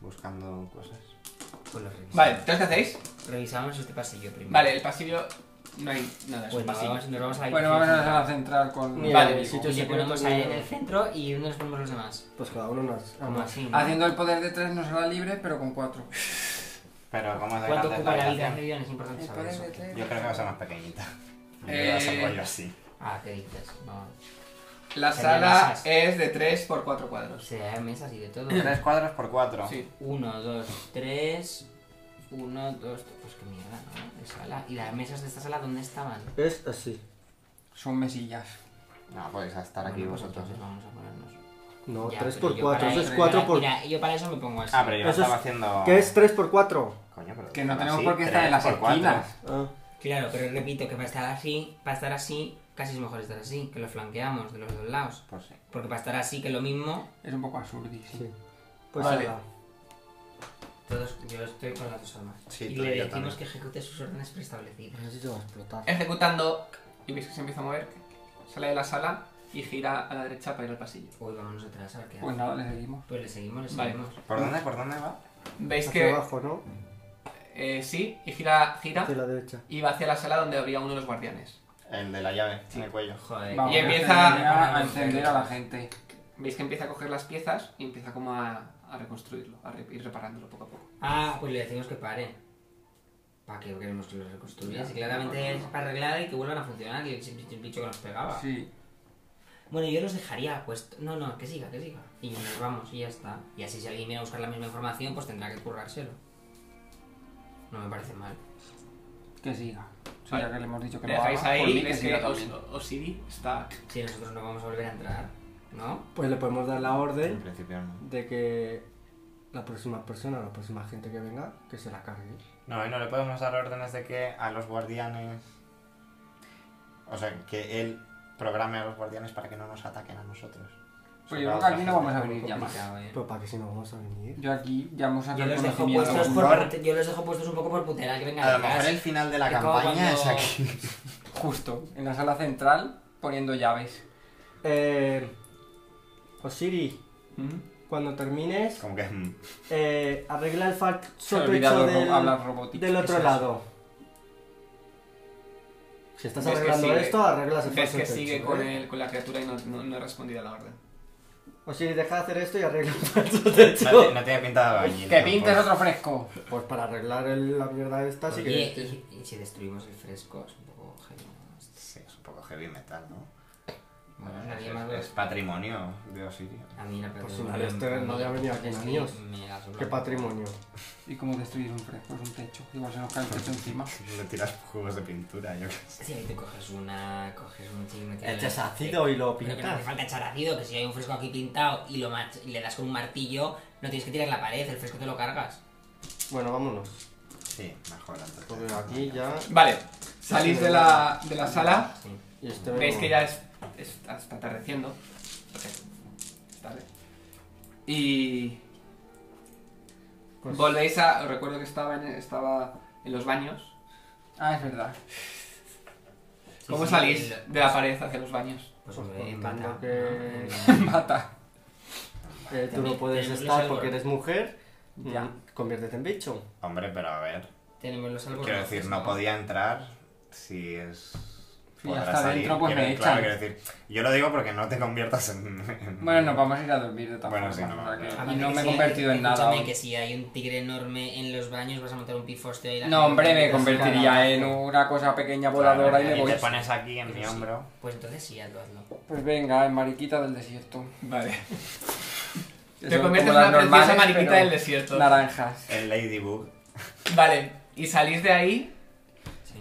Buscando cosas. Pues lo revisamos. Vale, entonces ¿qué hacéis? Revisamos este pasillo Mm. primero. Vale, el pasillo. No hay nada, es Pues un nos pasillo. vamos, nos vamos a la Bueno, vamos dirección a la central con... Mira, Vale, el sí, sitio central. Y le secreto ponemos a él en de- el centro y ¿dónde nos ponemos los demás? Pues cada uno nos... Como así, ¿no? Haciendo el poder de tres no será libre, pero con cuatro. Pero ¿cómo es de grande ¿Cuánto es ocupa la vida habitación? de es importante saber eso. Yo creo que va a ser más pequeñita. Yo Eh, voy a hacer rollo así. Ah, ¿qué dices? No. La Sería sala mesas. es de 3 por 4 cuadros. Se da mesas y de todo. Tres cuadros por cuatro. Sí. 1, 2, 3. 1, 2, pues qué mierda, ¿no? De sala. ¿Y las mesas de esta sala dónde estaban? Es así. Son mesillas. No, podéis estar aquí Bueno, pues vosotros. ¿eh? entonces Vamos a ponernos. No, Ya, 3 pero por yo 4, para eso es ello- 4 mira, por... Mira, yo para eso me pongo así. Ah, pero yo Eso estaba es- haciendo. ¿Qué es 3 por 4? Coño, pero Que no pero tenemos así, por qué estar en Ah, tres las por cuatro. esquinas. Ah, Claro, pero repito que para estar así, para estar así, casi es mejor estar así, que lo flanqueamos de los dos lados. Pues sí. Porque para estar así, que lo mismo, Es un poco absurdi, sí. sí. Pues Vale. ala. todos, yo estoy con las dos armas. Sí, y tú le y yo decimos también. que ejecute sus órdenes preestablecidas. No sé si se va a explotar. Ejecutando. Y veis que se empieza a mover. Sale de la sala y gira a la derecha para ir al pasillo. Uy, vámonos atrás a ver qué hace. Pues nada, le seguimos. Pues le seguimos, le Vale. seguimos. ¿Por dónde? ¿Por dónde va? Veis Hacia que. abajo, ¿no? eh, sí, y gira, gira. Hacia la derecha. Y va hacia la sala donde habría uno de los guardianes. El de la llave en el cuello. Joder. Vamos Y a empieza- encender a, a encender a la gente. Veis que empieza a coger las piezas y empieza como a, a reconstruirlo, a re- ir reparándolo poco a poco. Ah, pues le decimos que pare. ¿Para qué queremos que lo reconstruya? Si claramente es para arreglar y que vuelvan a funcionar y el simple bicho que nos pegaba. Sí. Bueno, yo los dejaría puesto. No, no, que siga, que siga. Y nos vamos, y ya está. Y así si alguien viene a buscar la misma información, pues tendrá que currárselo. No me parece mal. Que siga. O sea, Vale. ya que le hemos dicho que Le lo dejáis haga, por ahí mí y veis que siga Os- también. Osiri está. Si nosotros no vamos a volver a entrar, ¿no? Pues le podemos dar la En orden principio no. de que la próxima persona, la próxima gente que venga, que se la cargue. No, y no le podemos dar órdenes de que a los guardianes. O sea, que él programe a los guardianes para que no nos ataquen a nosotros. Pues O sea, yo creo que otra aquí gente. no vamos a venir ya más. Complicado, ¿eh? Pero para que si no vamos a venir. Yo aquí ya hemos Yo sacado los, dejo conocimiento. puestos por, Humor. pute- yo los dejo puestos un poco por putera, que vengan A lo atrás. mejor el final de la Es como campaña es cuando- aquí. Justo, en la sala central, poniendo llaves. Eh, Osiri, ¿Mm? cuando termines, Como que. mm, eh, arregla el Se ha falso olvidado techo ro- hablar del, robótico. del otro Eso es. lado. Si estás Ves que arreglando sigue- esto, arreglas el Ves falso que techo. sigue con, ¿eh? el, con la criatura y no, no, no he respondido a la orden. Osiri, deja de hacer esto y arregla el falso No, te- techo. no tiene pinta de bañil. Que pintes otro fresco. Pues para arreglar el- la mierda esta, sí Oye, que... y, y si destruimos el fresco, es un poco genio. Sí, es un poco heavy metal, ¿no? Bueno, es, nadie más lo- es patrimonio de Osirio. A mí la Pues persona. si no, este no había venido aquí en años. Qué patrimonio. ¿Y cómo destruir un fresco? Es un techo. Igual se nos cae el techo encima. Le tiras jugos de pintura, yo qué sé. Si ahí te coges una, coges un chisme. Echas ácido y lo Eh, Pero que no hace pintas. falta echar ácido, que si hay un fresco aquí pintado y lo mach- y le das con un martillo, no tienes que tirar la pared, el fresco te lo cargas. Bueno, vámonos. Sí, mejor antes. Pues Porque aquí ya... Vale, Salís de la, de la sala, Sí. Y este veis no- que ya es, es- está atardeciendo. porque es tarde. Y pues, volvéis a. os Recuerdo que estaba en, estaba en los baños. Ah, es verdad. ¿Cómo sí, salís el- de la pared hacia los baños? Pues Pues me contando encanta. que- Mata. eh, tú no También puedes tenemos estar algo. porque eres mujer. Ya. mm, Conviértete en bicho. Hombre, pero a ver. Tenemos los albornoces. Quiero decir, no podía entrar si es. Si podrá hasta dentro, pues Quiero- me claro, echan. quiero decir, yo lo digo porque no te conviertas en. en- Bueno, nos vamos a ir a dormir de todas Bueno, formas. sí, no, o sea que- no. Aparte y no que me he si- convertido en nada. escúchame, aún. que si hay un tigre enorme en los baños vas a montar un pifoste ahí. la No, gente- hombre, me Claro. convertiría en una cosa pequeña Claro, voladora y me voy. te pones aquí en Eso mi sí. hombro. Pues entonces sí, hazlo, hazlo. Pues venga, en mariquita del desierto. Vale. Que Te son conviertes en como una las preciosa normales, mariquita pero del desierto. Naranjas. El Ladybug. Vale, y salís de ahí. Sí.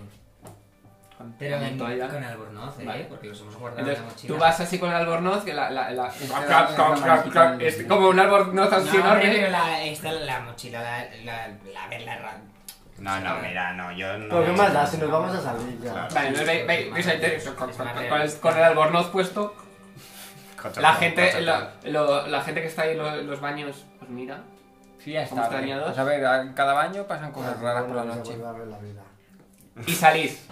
Pero con en- toalla. con albornoz, ¿eh? Vale. Porque los hemos guardado en la Entonces, mochila. tú vas así con el albornoz, que la... la, la- Esta clac, es clac, la clac, mariquita clac, del es desierto. como un albornoz No, así hombre, enorme. ¿eh? pero la, esta, la mochila, la, la, la, ver, la, ra- No, no, mira, no, yo no. Pero Pues, qué más da si nos vamos a salir ya. Claro. Vale, entonces veis- veis- veis ahí, tenéis- con, Es con- más con el, realista. con el albornoz puesto, Cachotón, la gente, cachotón. la, lo- la gente que está ahí en lo- en los baños os mira. Sí, ya ¿Cómo Ah, está. están bien. dañados? Pues a ver, en cada baño pasan cosas Claro, raras no por la nos noche. vuelve a ver la vida. Y salís.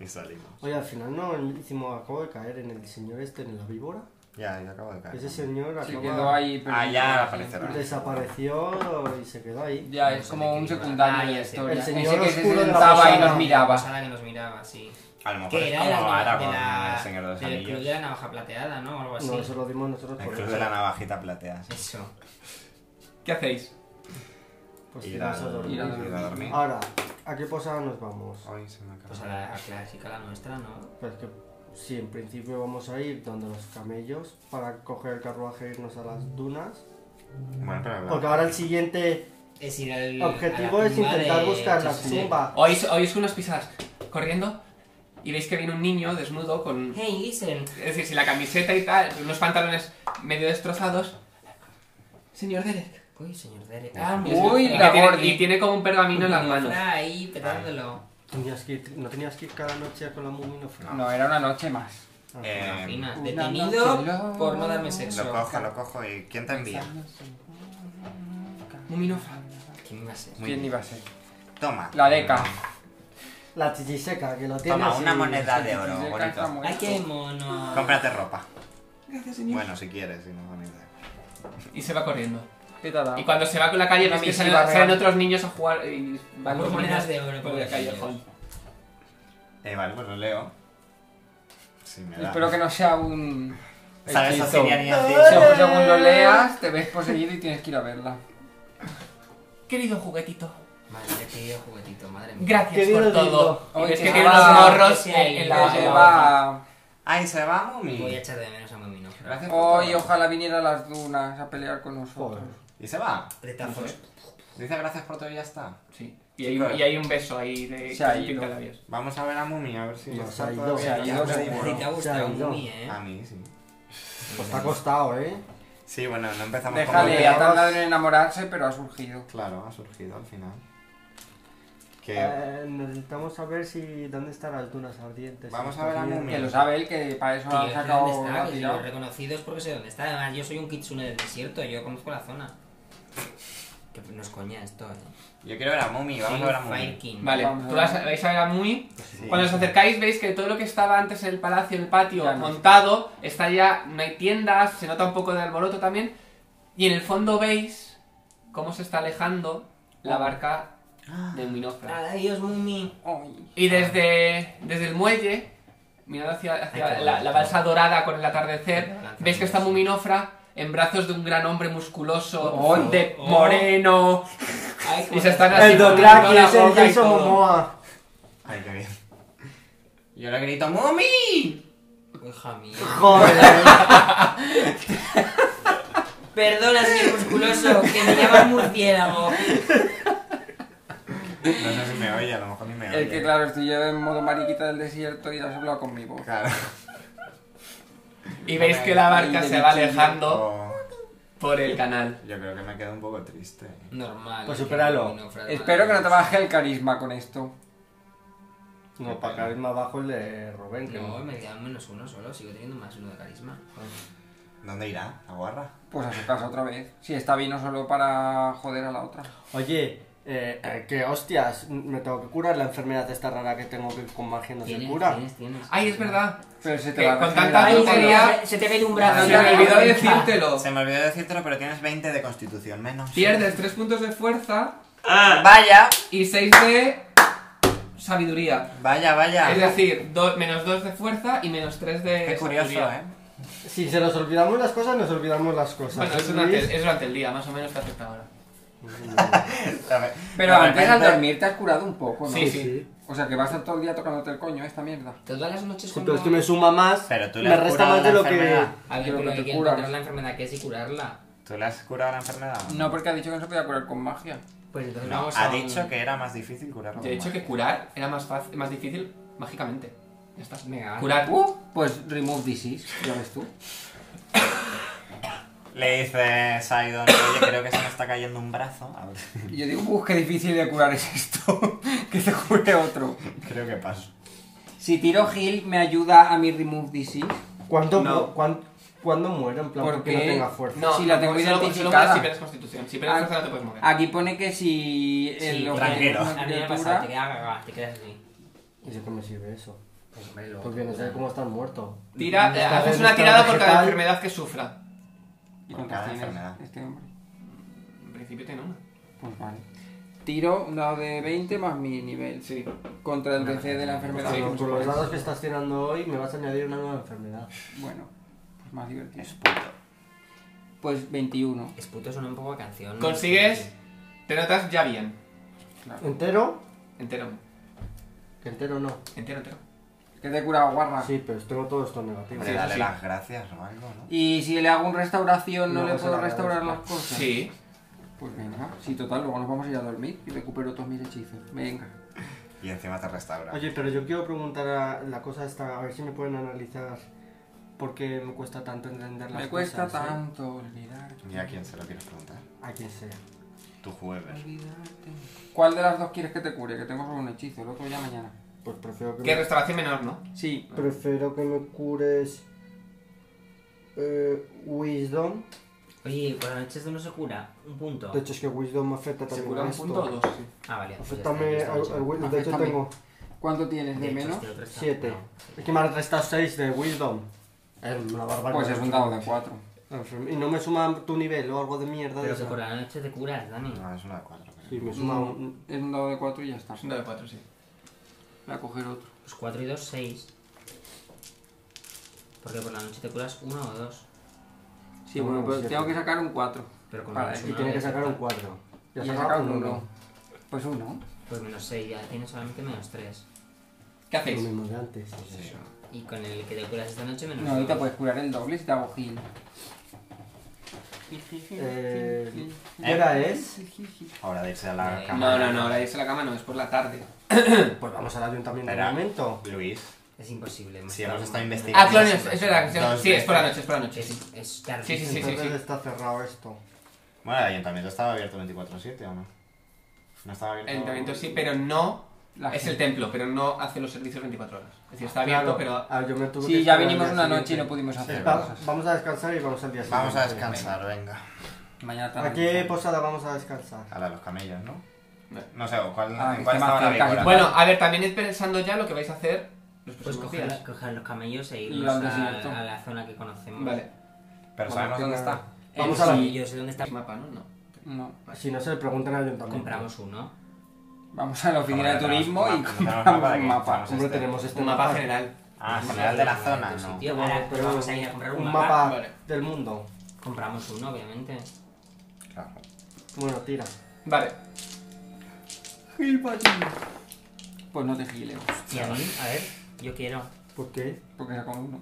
Y salimos. Oye, al final no hicimos, acabo de caer en el señor este, en la víbora. Ya, yo acabo de caer. Ese señor Se acaba- quedó ahí. pero- Ah, ya aparecerá. desapareció y se quedó ahí. Ya, es como un secundario Ah, de ya la sé. historia. El señor Ese que se oscuro de la sentaba y posada. nos miraba. Posada que nos miraba, sí. A lo mejor Que es era de como la, de Aragorn, la- el Señor de los del club de Anillos. la navaja plateada, ¿no? O algo Pues así. No, eso lo dimos nosotros El por club eso. de la navajita platea. sí. Eso. ¿Qué hacéis? Pues Ir a irnos a dormir. dormir. Ir a Ah. dormir. Ir a dormir. Ahora, ¿a qué posada nos vamos? Ay, se me acaba. Pues a la clásica, la nuestra, ¿no? Pues que sí, en principio vamos a ir donde los camellos para coger el carruaje e irnos a las dunas. Bueno, Eh, pero la- Porque ahora el siguiente Es ir al. objetivo a la es tumba intentar de- buscar sí, la sí, sí. tumba. Oís, oís unas pisadas corriendo y veis que viene un niño desnudo con... Hey, listen. Es decir, si la camiseta y tal, unos pantalones medio destrozados. Señor Derek. Uy, señor Derek. Uy, Y que la tiene- gordi. Y tiene como un pergamino en las manos. Está ahí petándolo. Tenías que ir- ¿No tenías que ir cada noche con la mumia? No, Fran? No, era una noche más. Ah, Eh, Una fina. una Detenido noche loca. por no darme sexo. Lo cojo, lo cojo. ¿Y quién te envía? Muminofra. ¿Quién va a ser? Muy ¿Quién bien. iba a ser? Toma. La deca. La chichiseca, que lo tiene Toma, así. una moneda de Sí, oro, sí, sí, está bonito. muerto. ¡Ay, qué mono! Cómprate ropa. Gracias, señor. Bueno, si quieres, si no, no ni idea. Y se va corriendo. ¿Qué tal? ah? Y cuando se va con la calle, Una ves que misiva salen, salen real. otros niños a jugar y van Por los niños monedas de oro, por el pobres callejón. niños. Eh, vale, pues lo leo. Si me da. Espero que no sea un. ¿Sabes hechizo. Socinian Según, según lo leas, te ves poseído y tienes que ir a verla. Querido juguetito, Madre, qué querido juguetito, madre mía. gracias Querido por todo. lindo. Y Oye, ves que que se tiene va- unos morros que en, se- en que la. Que se en la hoja. va. Ay, se va, Mumi. Voy a echar de menos a Momino. Gracias por Hoy todo. ojalá viniera a las dunas a pelear con nosotros. Joder. Y se va. Retazos. Dice gracias por todo y ya está. Sí. Y hay, un- y hay un beso ahí de Se ha de ido. pintalabios. Vamos a ver a Mumi, a ver si. No, está se ha ido, todavía se ha aquí. ido, se ha Sí, ido. Sí, te ha bueno. gustado ido. muy, ¿eh? A mí, sí. Pues te ha costado, ¿eh? Sí, bueno, no empezamos Déjale, con... ha tardado en enamorarse, pero ha surgido. Claro, ha surgido al final. Que... Eh, necesitamos saber si dónde están las dunas ardientes. Vamos Estas a ver a mierdas. Mumi. Que lo sabe él, que para eso Tío, ha yo sé dónde sacado está, la que si lo he tirada. reconocido es porque sé dónde está. Además, yo soy un kitsune del desierto, yo conozco la zona. Que no es coña esto, ¿eh? Yo quiero ver a Mumi, vamos Soy a ver a un Mumi. Fire King. Vale, Vamos a tú ver. vas, vais a ver a Mui. Sí. Cuando os acercáis veis que todo lo que estaba antes en el palacio, en el patio, Ya no. montado, está ya, no hay tiendas, se nota un poco de alboroto también. Y en el fondo veis cómo se está alejando Oh. la barca Ah, de Minofra. Adiós, Mumi. Ay. Y desde, desde el muelle, mirando hacia, hacia Ay, qué la, bonito. la balsa dorada con el Qué atardecer, bonito. ves que está Muminofra en brazos de un gran hombre musculoso, Oh, de oh. moreno, Ay, y se están así El mordiendo Dothraki la es el boca y Jason todo. Momoa. Ay, qué bien. Yo le grito, ¡Mumi! Hija mía. Joder. Perdona, señor musculoso, que me llaman murciélago. No sé si me oye, a lo mejor ni me oye. El que, claro, estoy yo en modo mariquita del desierto y has hablado con mi voz. Claro. Y veis que la barca Ay, se va de bichillo. alejando Oh, por el canal. yo creo que me quedo un poco triste. Normal. Pues que supéralo. Mumino fuera de Espero que no te madre. baje el carisma con esto. No, para carisma abajo el de Rubén, que No, no. me quedan menos uno solo, sigo teniendo más uno de carisma. Pues ¿Dónde irá? ¿A Guarra? Pues a su casa otra vez. Si está vino solo para joder a la otra. Oye, eh, eh, que hostias, me tengo que curar la enfermedad esta rara que tengo que con magia no se Tienes, cura. tienes, tienes. Ay, es verdad. Pero se te Que va a con regenerar. tanta Ay, se, tontería- te- se te ve un brazo. Se me olvidó decírtelo. Se me olvidó decírtelo, pero tienes 20 de constitución menos. Ah, Pierdes 3 puntos de fuerza Vaya, y 6 de sabiduría. vaya, vaya. Es decir, do- menos 2 de fuerza y menos 3 de Qué curioso, sabiduría. ¿eh? Si se nos olvidamos las cosas, nos olvidamos las cosas. Bueno, es Luis, durante, es durante el día, más o menos te afecta ahora. A ver, Pero de antes al repente- dormir te has curado un poco, ¿no? Sí, sí. O sea que vas a estar todo el día tocándote el coño esta mierda. Todas las noches Sí, cuando... pero es que me suma más, Pero tú le me has resta curado más de la lo que... enfermedad. A Pero ver, que pero hay te que curas. encontrar la enfermedad que es y curarla. ¿Tú le has curado la enfermedad? o No, porque ha dicho que no se podía curar con magia. Pues entonces No, vamos a ha un- dicho que era más difícil curarlo. Yo he con dicho que magia. curar era más, fácil, más difícil mágicamente. Ya está. Venga, va. Curar. Uh, pues remove disease, ya ves tú. Le dice Sidon, oye, creo que se me está cayendo un brazo. A ver, Y yo digo, uh, qué difícil de curar es esto. que te cure otro. creo que paso. Si tiro heal, me ayuda a mi remove disease. ¿Cuándo, No. mu- cuán- ¿cuándo muere? En plan, ¿Por porque qué? no tenga fuerza. No, Si la tengo solo- solo identificada. mueres si pierdes constitución. Si pierdes Ah. fuerza no te puedes mover. Aquí pone que si Sí, el tranquilo. es una A mí me ha criatura- pasado, te quedas cagada, te quedas así. ¿Y de qué me sirve eso? Pues hombre, luego... Porque no sé cómo estás muerto. Tira, eh, Estás haces en una estado tirada por cada vegetal. enfermedad que sufra. ¿Y Por cuántas cada tienes enfermedad. este hombre? En principio tiene una. Pues vale. Tiro un dado de 20 más mi nivel. Sí. Contra el DC de la enfermedad. Sí, Con los dados que estás tirando hoy me vas a añadir una nueva enfermedad. Bueno, pues más divertido. Es puto. Pues 21. Es puto, suena un poco a canción. Consigues, te notas ya bien. Claro. ¿Entero? Entero, Que entero no. entero, entero. Que te he curado, guarra. Sí, pero tengo todo esto negativo. Hombre, Sí, eso dale sí. las gracias o algo, ¿no? Y si le hago un restauración, ¿no, No, le se puedo la restaurar las agradezco. cosas? Sí. Pues venga. Sí, total, luego nos vamos a ir a dormir y recupero todos mis hechizos. Venga. Y encima te restaura. Oye, pero yo quiero preguntar a la cosa esta, a ver si me pueden analizar por qué me cuesta tanto entender las Me cuesta cosas, ¿eh? tanto olvidar. ¿Y a quién se lo quieres preguntar? A quien sea. Tu jueves. Olvidarte. ¿Cuál de las dos quieres que te cure? Que tengo solo un hechizo, el otro ya mañana. Pues prefiero que, Que me... restauración menor, ¿no? Sí. prefiero que me cures eh, Wisdom. Oye, por la noche esto no se cura. Un punto. De hecho es que Wisdom me afecta Se también cura a un esto. punto o dos. sí. Ah, vale. pues ya está, Afectame esta al, noche. al Wisdom. De hecho Aféctame. tengo ¿Cuánto tienes de hecho, menos? este otro está- 7. no, sí. Es que me ha restado 6 de Wisdom. Es una barbaridad. Pues es un dado de 4. Enferm- Y no me suma tu nivel o algo de mierda. de Pero que esa. por la noche te curas, Dani. No, es una de cuatro. creo. Sí, me Es suma un... un dado de 4 y ya está. Es un dado de cuatro, sí. Voy a coger otro. Pues 4 y 2, 6. Porque por la noche te curas 1 o 2. Sí, No, bueno, no, pero siete. tengo que sacar un 4. Pero con Vale, menos Ah, Y uno tiene ya que te sacar un curas. 4. Y Ya he sacado sacado un un 1. 1. Pues uno. Pues menos 6, ya tienes solamente menos 3. ¿Qué Lo hacéis? mismo de antes. Y con el que te curas esta noche, menos No, y te dos. puedes curar el doble si te hago heal. Eh, ¿Qué hora es? Ahora de irse a la Eh, cama. No, no, no, la irse a la cama no, es por la tarde. Pues vamos al ayuntamiento un Espera. momento. Luis, Es imposible. hemos Sí, hemos estado investigando. Ah, Clonios, es verdad. que Dos se- Sí, es por la veces. noche, es por la noche. sí. Es, es tarde. Sí, sí, sí, sí. Entonces está cerrado esto. bueno, el ayuntamiento estaba abierto 24-7 o no? No estaba El abierto. ayuntamiento sí, pero no. La Es el gente. templo, pero no hace los servicios 24 horas. Es decir, está abierto, pero. Ah, yo me tuve que Sí, ya esperar vinimos al una día noche y no siguiente. pudimos hacer va- Va- cosas. vamos a descansar y vamos al día siguiente. Vamos a descansar, venga. Mañana ¿A también. qué posada vamos a descansar? A la de los camellos, ¿no? No. No sé, ¿o ¿cuál, Ah, ¿en que cuál está estaba más la cerca, víbora? que- Bueno, a ver, también id pensando ya lo que vais a hacer los Pues próximos coger, días. coger los camellos e Y al irnos desierto. a, a la zona que conocemos. Vale. Pero sabemos dónde está. Vamos Eh, a la- sí, yo sé dónde está. El mapa, ¿no? No. No. Si no se le preguntan al ayuntamiento. Compramos uno. Vamos a la oficina de Ahora tenemos turismo y mapa, tenemos compramos mapa de un que mapa. estamos. Hombre, Este. tenemos este Un mapa general. Ah, general de la zona, Otro no. sitio. Ahora vamos a ir a comprar un, un mapa. mapa Vale. del mundo. Compramos uno, obviamente. Claro. Bueno, tira. Vale. Gil para ti. Pues no te gileo. Y a mí, a ver, yo quiero. ¿Por qué? Porque sacó uno.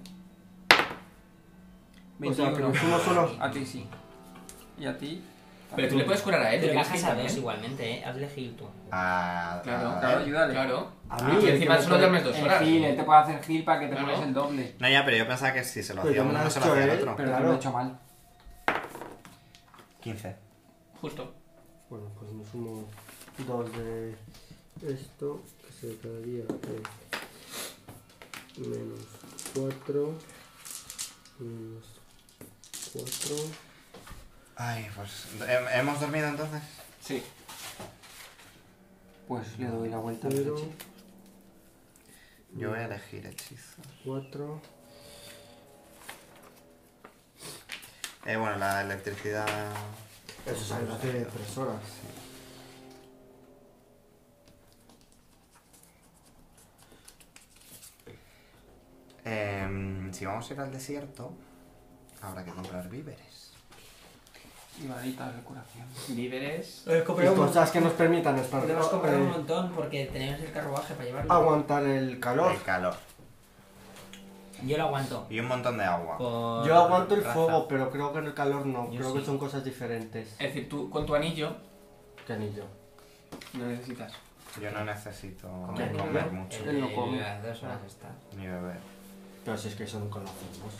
O sea, que 21. nos fuimos solo. A ti sí. Y a ti. Pero tú le puedes curar a él. Pero ¿tienes bajas que ir a dos también? igualmente, eh. Hazle heal tú. Ah, Claro, ah, Claro, ayúdale. Claro. A Ah, y el encima que me solo puede- duermes dos El horas. heal, él te puede hacer heal para que te Claro. pones el doble. No, ya, pero yo pensaba que si se lo Pero hacía ya me uno, lo no has se lo hecho hacía el él, otro. Pero te Claro. lo he hecho mal. 15. Justo. Bueno, pues me sumo dos de esto, que se quedaría. eh, menos 4, menos 4. Ay, pues. ¿hem- ¿Hemos dormido entonces? Sí. Pues le doy la vuelta al Pero- leche. Yo voy a elegir hechizo. 4. Eh, bueno, la electricidad. Eso salió hace tres horas. Em, si vamos a ir al desierto, habrá que comprar víveres. Y varitas de curación. Víveres. Debemos Y cosas que nos permitan estar comprar un eh, montón porque tenemos el carruaje para llevarlo. aguantar el calor. El calor. Yo lo aguanto. Y un montón de agua. por Yo aguanto el raza. fuego, pero creo que el calor no. Yo creo que sí. son cosas diferentes. Es decir, tú con tu anillo ¿Qué anillo? no necesitas. Yo no necesito Ya, comer, ya, ya. mucho El- Él no come. Las dos horas está. ni beber. Pero si es que eso nunca lo hacemos.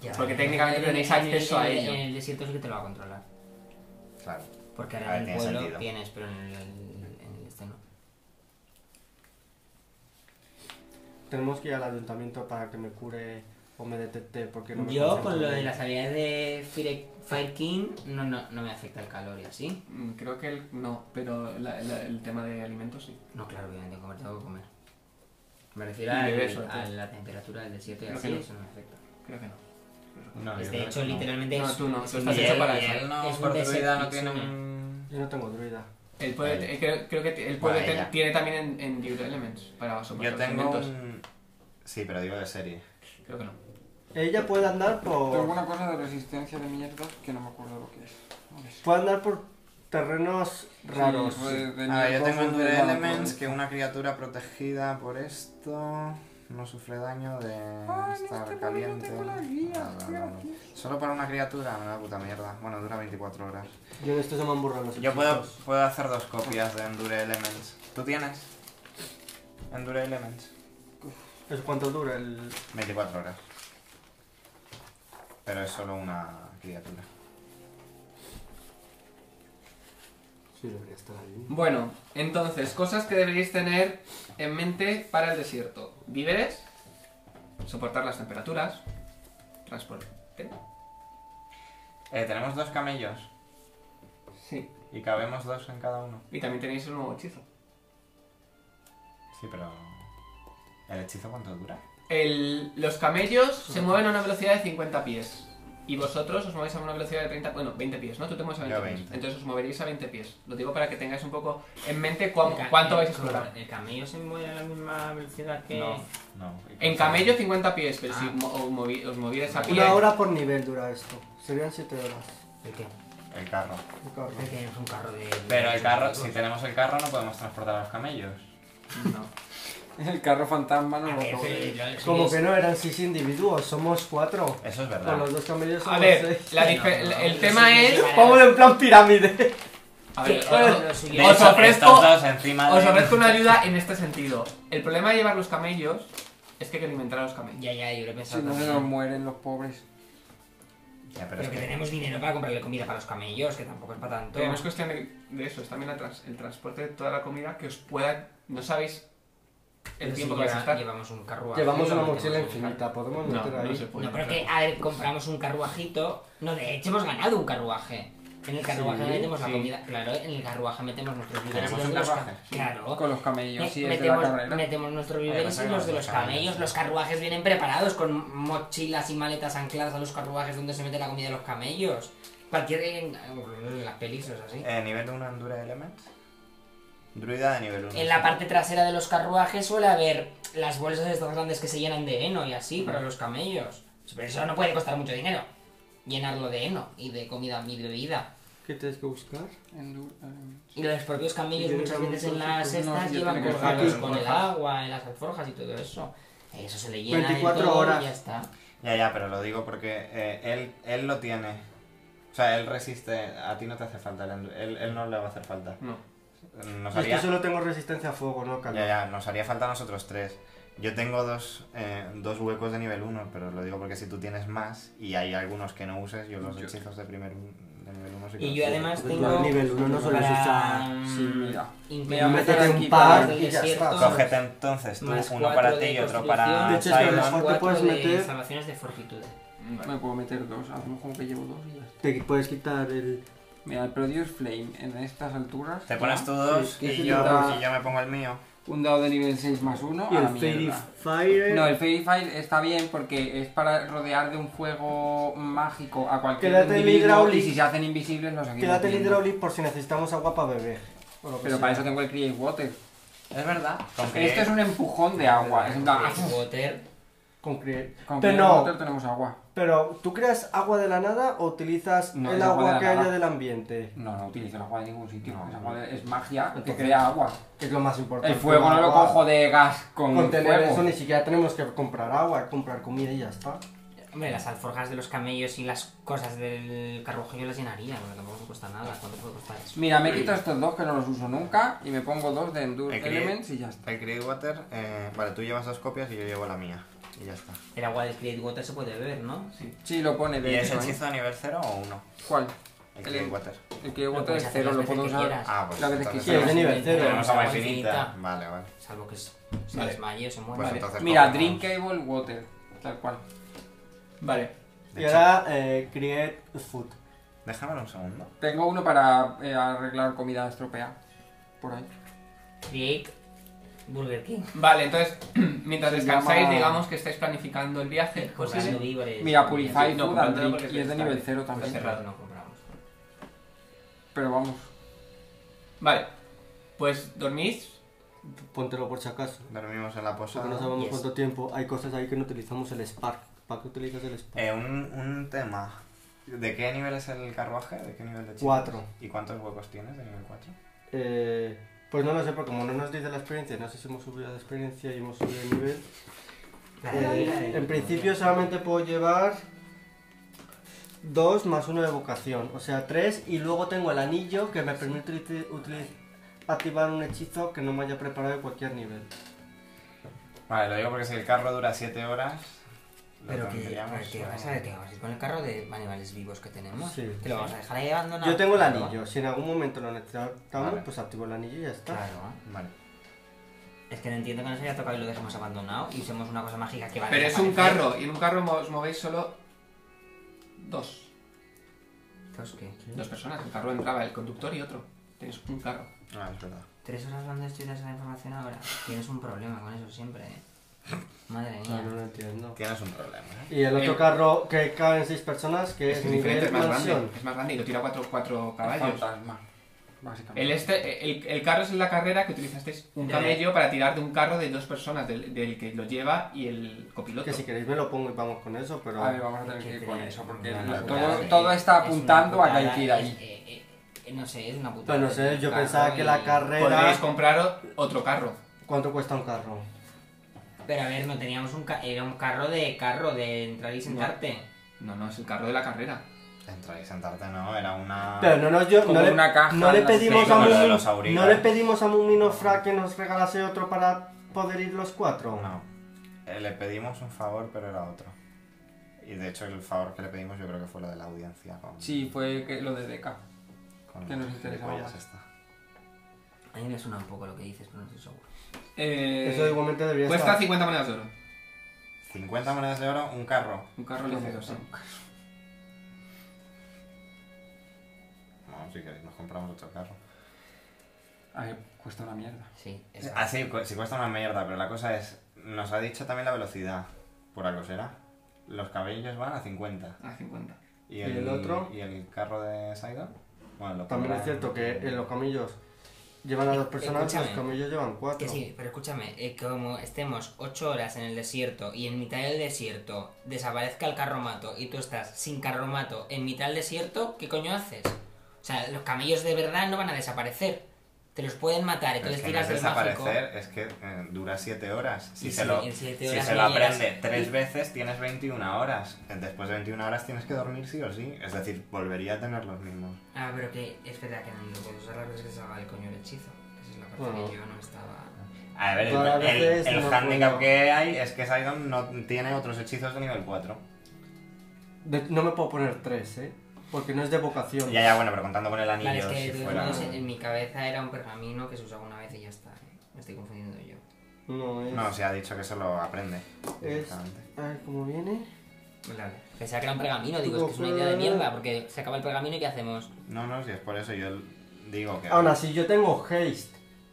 Ya. Porque técnicamente En- tenéis en- acceso a en- ello. En el desierto sí que te lo va a controlar. Claro. Porque Ah, ahora en el tiene pueblo sentido. tienes, pero en el, en el este no. Tenemos que ir al ayuntamiento para que me cure o me detecte porque no me Yo concentro con lo de bien. las habilidades de Fire, Fire King no, no, no me afecta el calor y así. Mm, Creo que el, no, pero la- la- el tema de alimentos sí. No, claro, obviamente comer tengo que comer. Me refiero Y al- beber, sobre a todo. la temperatura del desierto y Creo así, que no. eso no me afecta. Creo que no. No, Es yo de creo hecho, que no. literalmente No, es- tú no, tú es estás un hecho para desert- eso. es un por desert druida no pixel. tiene un. Yo no tengo druida. El puede, Vale. eh, creo, creo que el puede Vale, ten- ya. tiene también en, en Dual Elements para soplar Yo los tengo elementos. un. Sí, pero digo de serie. Creo que no. Ella puede andar Tengo por. una cosa de resistencia de mierda que no me acuerdo lo que es. A ver. Puede andar por terrenos raros. Sí, fue de Ah, yo nivel tengo en dos, Duel de nivel Elements dos. que una criatura protegida por esto no sufre daño de Ah, en estar este momento caliente. tengo la guía. Ah, qué no, no, no. gracioso. Solo para una criatura, me da puta mierda. Bueno, dura 24 horas. Yo en esto se me han borrado los Yo puedo, hechizos. puedo hacer dos copias de Endure Elements. ¿Tú tienes? Endure Elements. ¿Eso cuánto dura el.? 24 horas. Pero es solo una criatura. Sí, debería estar ahí. Bueno, entonces, cosas que deberíais tener en mente para el desierto. Víveres, soportar las temperaturas, transporte. Eh, tenemos dos camellos Sí. y cabemos dos en cada uno. Y también tenéis un nuevo hechizo. Sí, pero... ¿El hechizo cuánto dura? El- los camellos se mueven a una velocidad de 50 pies. Y vosotros os movéis a una velocidad de 30, bueno, 20 pies, ¿no? Tú te mueves a 20, Yo pies. 20. Entonces os moveréis a 20 pies. Lo digo para que tengáis un poco en mente cuán- El ca- cuánto vais a el- explorar. ¿El camello se mueve a la misma velocidad que.? No, no. En camello 50 pies, pero si Ah. mo- os, movi- os movierais a pie... Una hora por nivel dura esto. Serían 7 horas. ¿El qué? El carro. Qué cabrón. Porque tenemos un carro de. Pero el carro, si tenemos el carro no podemos transportar a los camellos. No. El carro fantasma no A lo ver, acabo de- pero- Como que no eran 6 individuos, somos 4. Eso es Con verdad. los dos camellos somos A ver, 6. la No, dife- no, el no, tema sí, es... sí, sí. Vámonos en plan pirámide. A Sí, ver, bueno, os- lo os, siguiente. os hecho, ofrezco, estos dos encima os de- ofrezco una ayuda en este sentido. El problema de llevar los camellos es que hay que alimentar a los camellos. Ya, ya, yo lo he Si pensado. no se también. nos mueren los pobres. Ya, pero Pero es que que- tenemos dinero para comprarle comida para los camellos, que tampoco es para tanto. Pero no es cuestión de, de eso, es también la trans- el transporte de toda la comida que os pueda... No sabéis el Pero si tiempo que vais a lleva- estar. Llevamos un carruaje. Llevamos lo una metemos mochila en el carro. infinita, podemos No, meter ahí. no se puede. No, pero que, entrar. a ver, compramos un carruajito. No, de hecho hemos ganado un carruaje. En el carruaje Sí, metemos la sí. comida. Claro, en el carruaje metemos nuestros víveres. Tenemos y un los de los carruaje. ca- Claro. Con los camellos, Me- sí, es de la metemos, carrera. metemos nuestros Oye, víveres pensaba y que los de los los camellos, camellos. sí. Los carruajes vienen preparados con mochilas y maletas ancladas a los carruajes donde se mete la comida de los camellos. Cualquier. En, en las pelis o es así. Eh, nivel 1 Endure Elements. Druida de nivel 1. En la parte trasera de los carruajes suele haber las bolsas estas grandes que se llenan de heno y así para los camellos. Pero eso no puede costar mucho dinero. Llenarlo de heno y de comida y bebida. ¿Qué tienes que buscar? Endu- eh, Y los propios camellos Y muchas llevan veces en muchos las otros, no, cestas yo llevan tengo que colgados buscar con el alforjas. agua, en las alforjas y todo eso. Eso se le llena de 24 todo horas. y ya está. Ya, ya, pero lo digo porque eh, él, él lo tiene. O sea, él resiste. A ti no te hace falta. el endu- Él, él no le va a hacer falta. No. Nos Yo es que haría, solo tengo resistencia a fuego, no ya, calor. ya, nos haría falta a nosotros tres. Yo tengo dos, eh, dos huecos de nivel 1, pero lo digo porque si tú tienes más y hay algunos que no uses, yo los Yo- hechizos de primer, de nivel 1 sí que Y lo yo sé. además Tú tengo. al Pues nivel uno no sueles para, usar- mm, Sí, mira. incrementar Métete las un equipas par del y ya desierto, está. Cógete entonces tú más uno cuatro para ti de y otro construcción, para De hecho, es que a lo Simon. mejor te cuatro puedes de meter- salvaciones de fortitude. Me puedo meter dos, hacemos como que llevo dos y ya está. Te puedes quitar el. Mira, el Produce Flame en estas alturas. Te ya, pones tú dos que y se yo, quita y yo me pongo el mío. Un dado de nivel 6 más 1. Y a el la Fairy mierda. Fire. No, el Fairy Fire está bien porque es para rodear de un fuego mágico a cualquier Quédate el individuo Hydraulic. y si se hacen invisibles los seguimos Quédate el viendo. hidráulico por si necesitamos agua para beber. o lo que Pero sea. para eso tengo el Create Water. Es verdad. Esto Este es un empujón de agua. Es en Ah. plan, Create Water. Con cre- Con Pero Create no. Water tenemos agua. Pero, ¿tú creas agua de la nada o utilizas No, el es agua, agua de la que nada. haya del ambiente? No, no utilizo el agua de ningún sitio. No, es, no. agua de- es magia que Entonces- crea agua. Que es lo más importante. El fuego no lo agua. cojo de gas con, Con tener fuego. eso ni siquiera tenemos que comprar agua, comprar comida y ya está. Hombre, las alforjas de los camellos y las cosas del carruaje yo las llenaría, porque tampoco me cuesta nada. ¿Cuánto puede costar eso? Mira, me quito estos dos que no los uso nunca y me pongo dos de Endure El Create- Elements y ya está. El Create Water, eh, vale, tú llevas dos copias y yo llevo la mía. Y ya está. El agua del Create Water se puede beber, ¿no? Sí. Sí, lo pone ¿Y de es hecho. ¿eh? hechizo a nivel 0 o 1? ¿Cuál? El El- Create Water. El que Lo voto puedes es hacer cero, las lo veces puedo que usar quieras. Ah, pues la vez que entonces- Sí, es de quieras. nivel cero. Tenemos agua agua infinita. infinita. Vale, vale. Salvo que se Vale. desmaye o se Pues muera. entonces Mira, cogemos- Drinkable Water, tal cual. Vale. De Y hecho, ahora, eh, create food. Déjamelo un segundo. Tengo uno para eh, arreglar comida estropeada. Por ahí. Create Burger King. Vale, entonces, mientras Se descansáis, llama- digamos que estáis planificando el viaje. Cosas ¿vale? de víveres. Mira, Purify No, Food comprando and Drink, porque y es de está- nivel cero está también. cerrado. No compramos. Pero vamos. Vale, pues dormís. Póntelo por si acaso. Dormimos en la Ah, Porque no posada. sabemos yes. cuánto tiempo. Hay cosas ahí que no utilizamos el Spark. ¿Para qué utilizas el Spark? Eh, un, un tema. ¿De qué nivel es el carruaje? ¿De qué nivel de chicas? Cuatro. ¿Y cuántos huecos tienes de nivel 4? Eh, pues no lo sé, porque como no nos dice la experiencia, no sé si hemos subido de experiencia y hemos subido de nivel. Ah, Eh, en principio solamente puedo llevar dos más uno de vocación, o sea tres, y luego tengo el anillo que me permite uti- utili- activar un hechizo que no me haya preparado de cualquier nivel. Vale, lo digo porque si el carro dura 7 horas, lo Pero que, a tendríamos, ver, ¿qué eh, vas a ver? ¿Qué vas a ir con el carro de animales vivos que tenemos? Sí. ¿Que lo vamos a dejar ahí abandonado? Yo tengo el anillo, si en algún momento lo necesitamos, Vale. pues activo el anillo y ya está. Claro. Vale. Es que no entiendo que nos haya tocado y lo dejemos abandonado y usemos una cosa mágica que va a Pero es un desaparecer. carro, y en un carro mo- os movéis solo dos. Entonces, ¿qué? Dos personas. El carro entraba el conductor y otro. Tenéis un carro. Ah, es verdad. ¿Tres horas hablando de esto y das la información ahora? Tienes un problema con eso siempre, ¿eh? Madre No, no mía. lo entiendo. Tienes un problema, ¿eh? Y el otro Eh, carro que caben seis personas, que Es, es que es diferente, nivel es más grande. mansión. Es más grande y lo tira cuatro, cuatro caballos. Fantasma. Básicamente. El, este, el, el carro es en la carrera que utilizasteis un Ya, ya. camello para tirar de un carro de dos personas, del, del que lo lleva y el copiloto. Que si queréis me lo pongo y vamos con eso, pero... A ver, vamos a tener que ir con Qué eso porque tremendo. no, Una todo, putada, todo eh. está Es una apuntando a que hay putada, que ir es- ahí. eh, eh, eh, no sé, es una putada. Pues no sé, yo Carro pensaba que y- la carrera... Podréis comprar o- otro carro. ¿Cuánto cuesta un carro? Pero a ver, no teníamos un ca- era un carro de carro, de entrar y sentarte. No, no, es el carro de la carrera. Entrar y sentarte no, era una... Pero no nos yo, Como no le, una caja no le en las pedimos que- a Como lo de los Mumin, auricas. no le pedimos a Mumin o Fra que nos regalase otro para poder ir los cuatro. No. Eh, le pedimos un favor, pero era otro. Y de hecho el favor que le pedimos yo creo que fue lo de la audiencia con... Sí, fue que lo de Deca. con que nos interesaba gilipollas más. esta. A mí me suena un poco lo que dices, pero no estoy seguro. Eh, Eso igualmente debería cuesta estar. 50 monedas de oro. 50 monedas de oro, un carro. Un carro le hace dos, ¿eh? sí. No, si queréis nos compramos otro carro. A ver, cuesta una mierda. Sí, es Ah, sí, cu- sí cuesta una mierda, pero la cosa es... Nos ha dicho también la velocidad. Por algo será. Los cabellos van a 50. A 50. ¿Y el otro? ¿Y el carro de Sidon? Bueno, lo También pondrá es cierto en- que en los camillos llevan a dos personas, los Escúchame. camillos llevan cuatro. Que sí, pero escúchame, eh, como estemos 8 horas en el desierto y en mitad del desierto desaparezca el carromato y tú estás sin carromato en mitad del desierto, ¿qué coño haces? O sea, los camellos de verdad no van a desaparecer. Te los pueden matar, Pero entonces es que no tiras es del mágico. desaparecer, es que eh, dura 7 horas. Si Y se si lo, en siete si horas se no lo llegas- aprende tres y- veces, tienes 21 horas. Después de 21 horas tienes que dormir sí o sí. Es decir, volvería a tener los mismos. Ah, pero que, espera, que no puedes usar las veces que se haga el coño el hechizo. Esa es la parte Bueno. que yo no estaba... A ver, el, Todas las el- veces el no handicap puedo. que hay es que Sidon no tiene otros hechizos de nivel 4. De- no me puedo poner tres, eh. Porque no es de vocación. Ya, ya, bueno, pero contando con el anillo, Vale, es que de si todos fuera... modos, en mi cabeza era un pergamino que se usaba una vez y ya está. ¿eh? Me estoy confundiendo yo. No es. No, se ha dicho que se lo aprende. es... directamente. A ver cómo viene. Vale. Pensaba que era un pergamino, digo, es que es una idea de mierda, porque se acaba el pergamino y ¿qué hacemos? No, no, si es por eso yo digo que... Ahora, si yo tengo haste,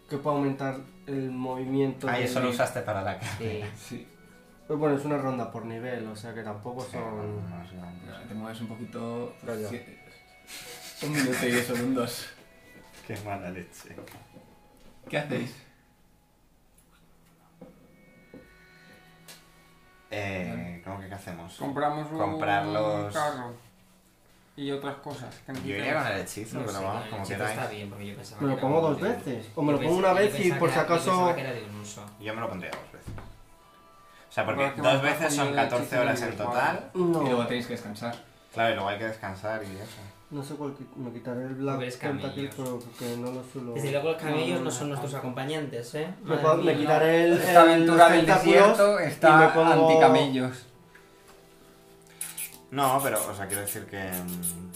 que puede aumentar el movimiento. Ah, y de eso lo mi- usaste para la... Sí. Sí. Pues bueno, es una ronda por nivel, o sea que tampoco Sí, bueno, Pues son. no, sí, no. Ahora Te mueves un poquito. Calla. siete- Un minuto y eso, un dos. Qué mala leche. ¿Qué hacéis? Eh, ¿Cómo que qué hacemos? Compramos un Comprar los- carro y otras cosas que Yo iría con necesitamos. el hechizo, No pero sé, vamos, el como hechizo queráis. está bien, porque yo pensaba Me lo que era pongo un- dos veces. O me lo Yo pongo una pensaba- vez yo y pensaba por que si era- yo pensaba acaso. que era de un uso. Yo me lo pondría dos veces. O sea, Pero porque es que dos me veces son está 14 horas en poniendo el total. Y luego No, tenéis que descansar. Claro, y luego hay que descansar y eso. no sé cuál. qui- Me quitaré el Black Pobres Tentacle, camellos. pero porque no lo suelo. Desde luego los camellos no, no son no. nuestros acompañantes, ¿eh? Me, Madre puedo- me mía. quitaré el. Esta el- aventura los del tentáculos desierto y está me pongo- anticamellos. No, pero, o sea, quiero decir que. mm,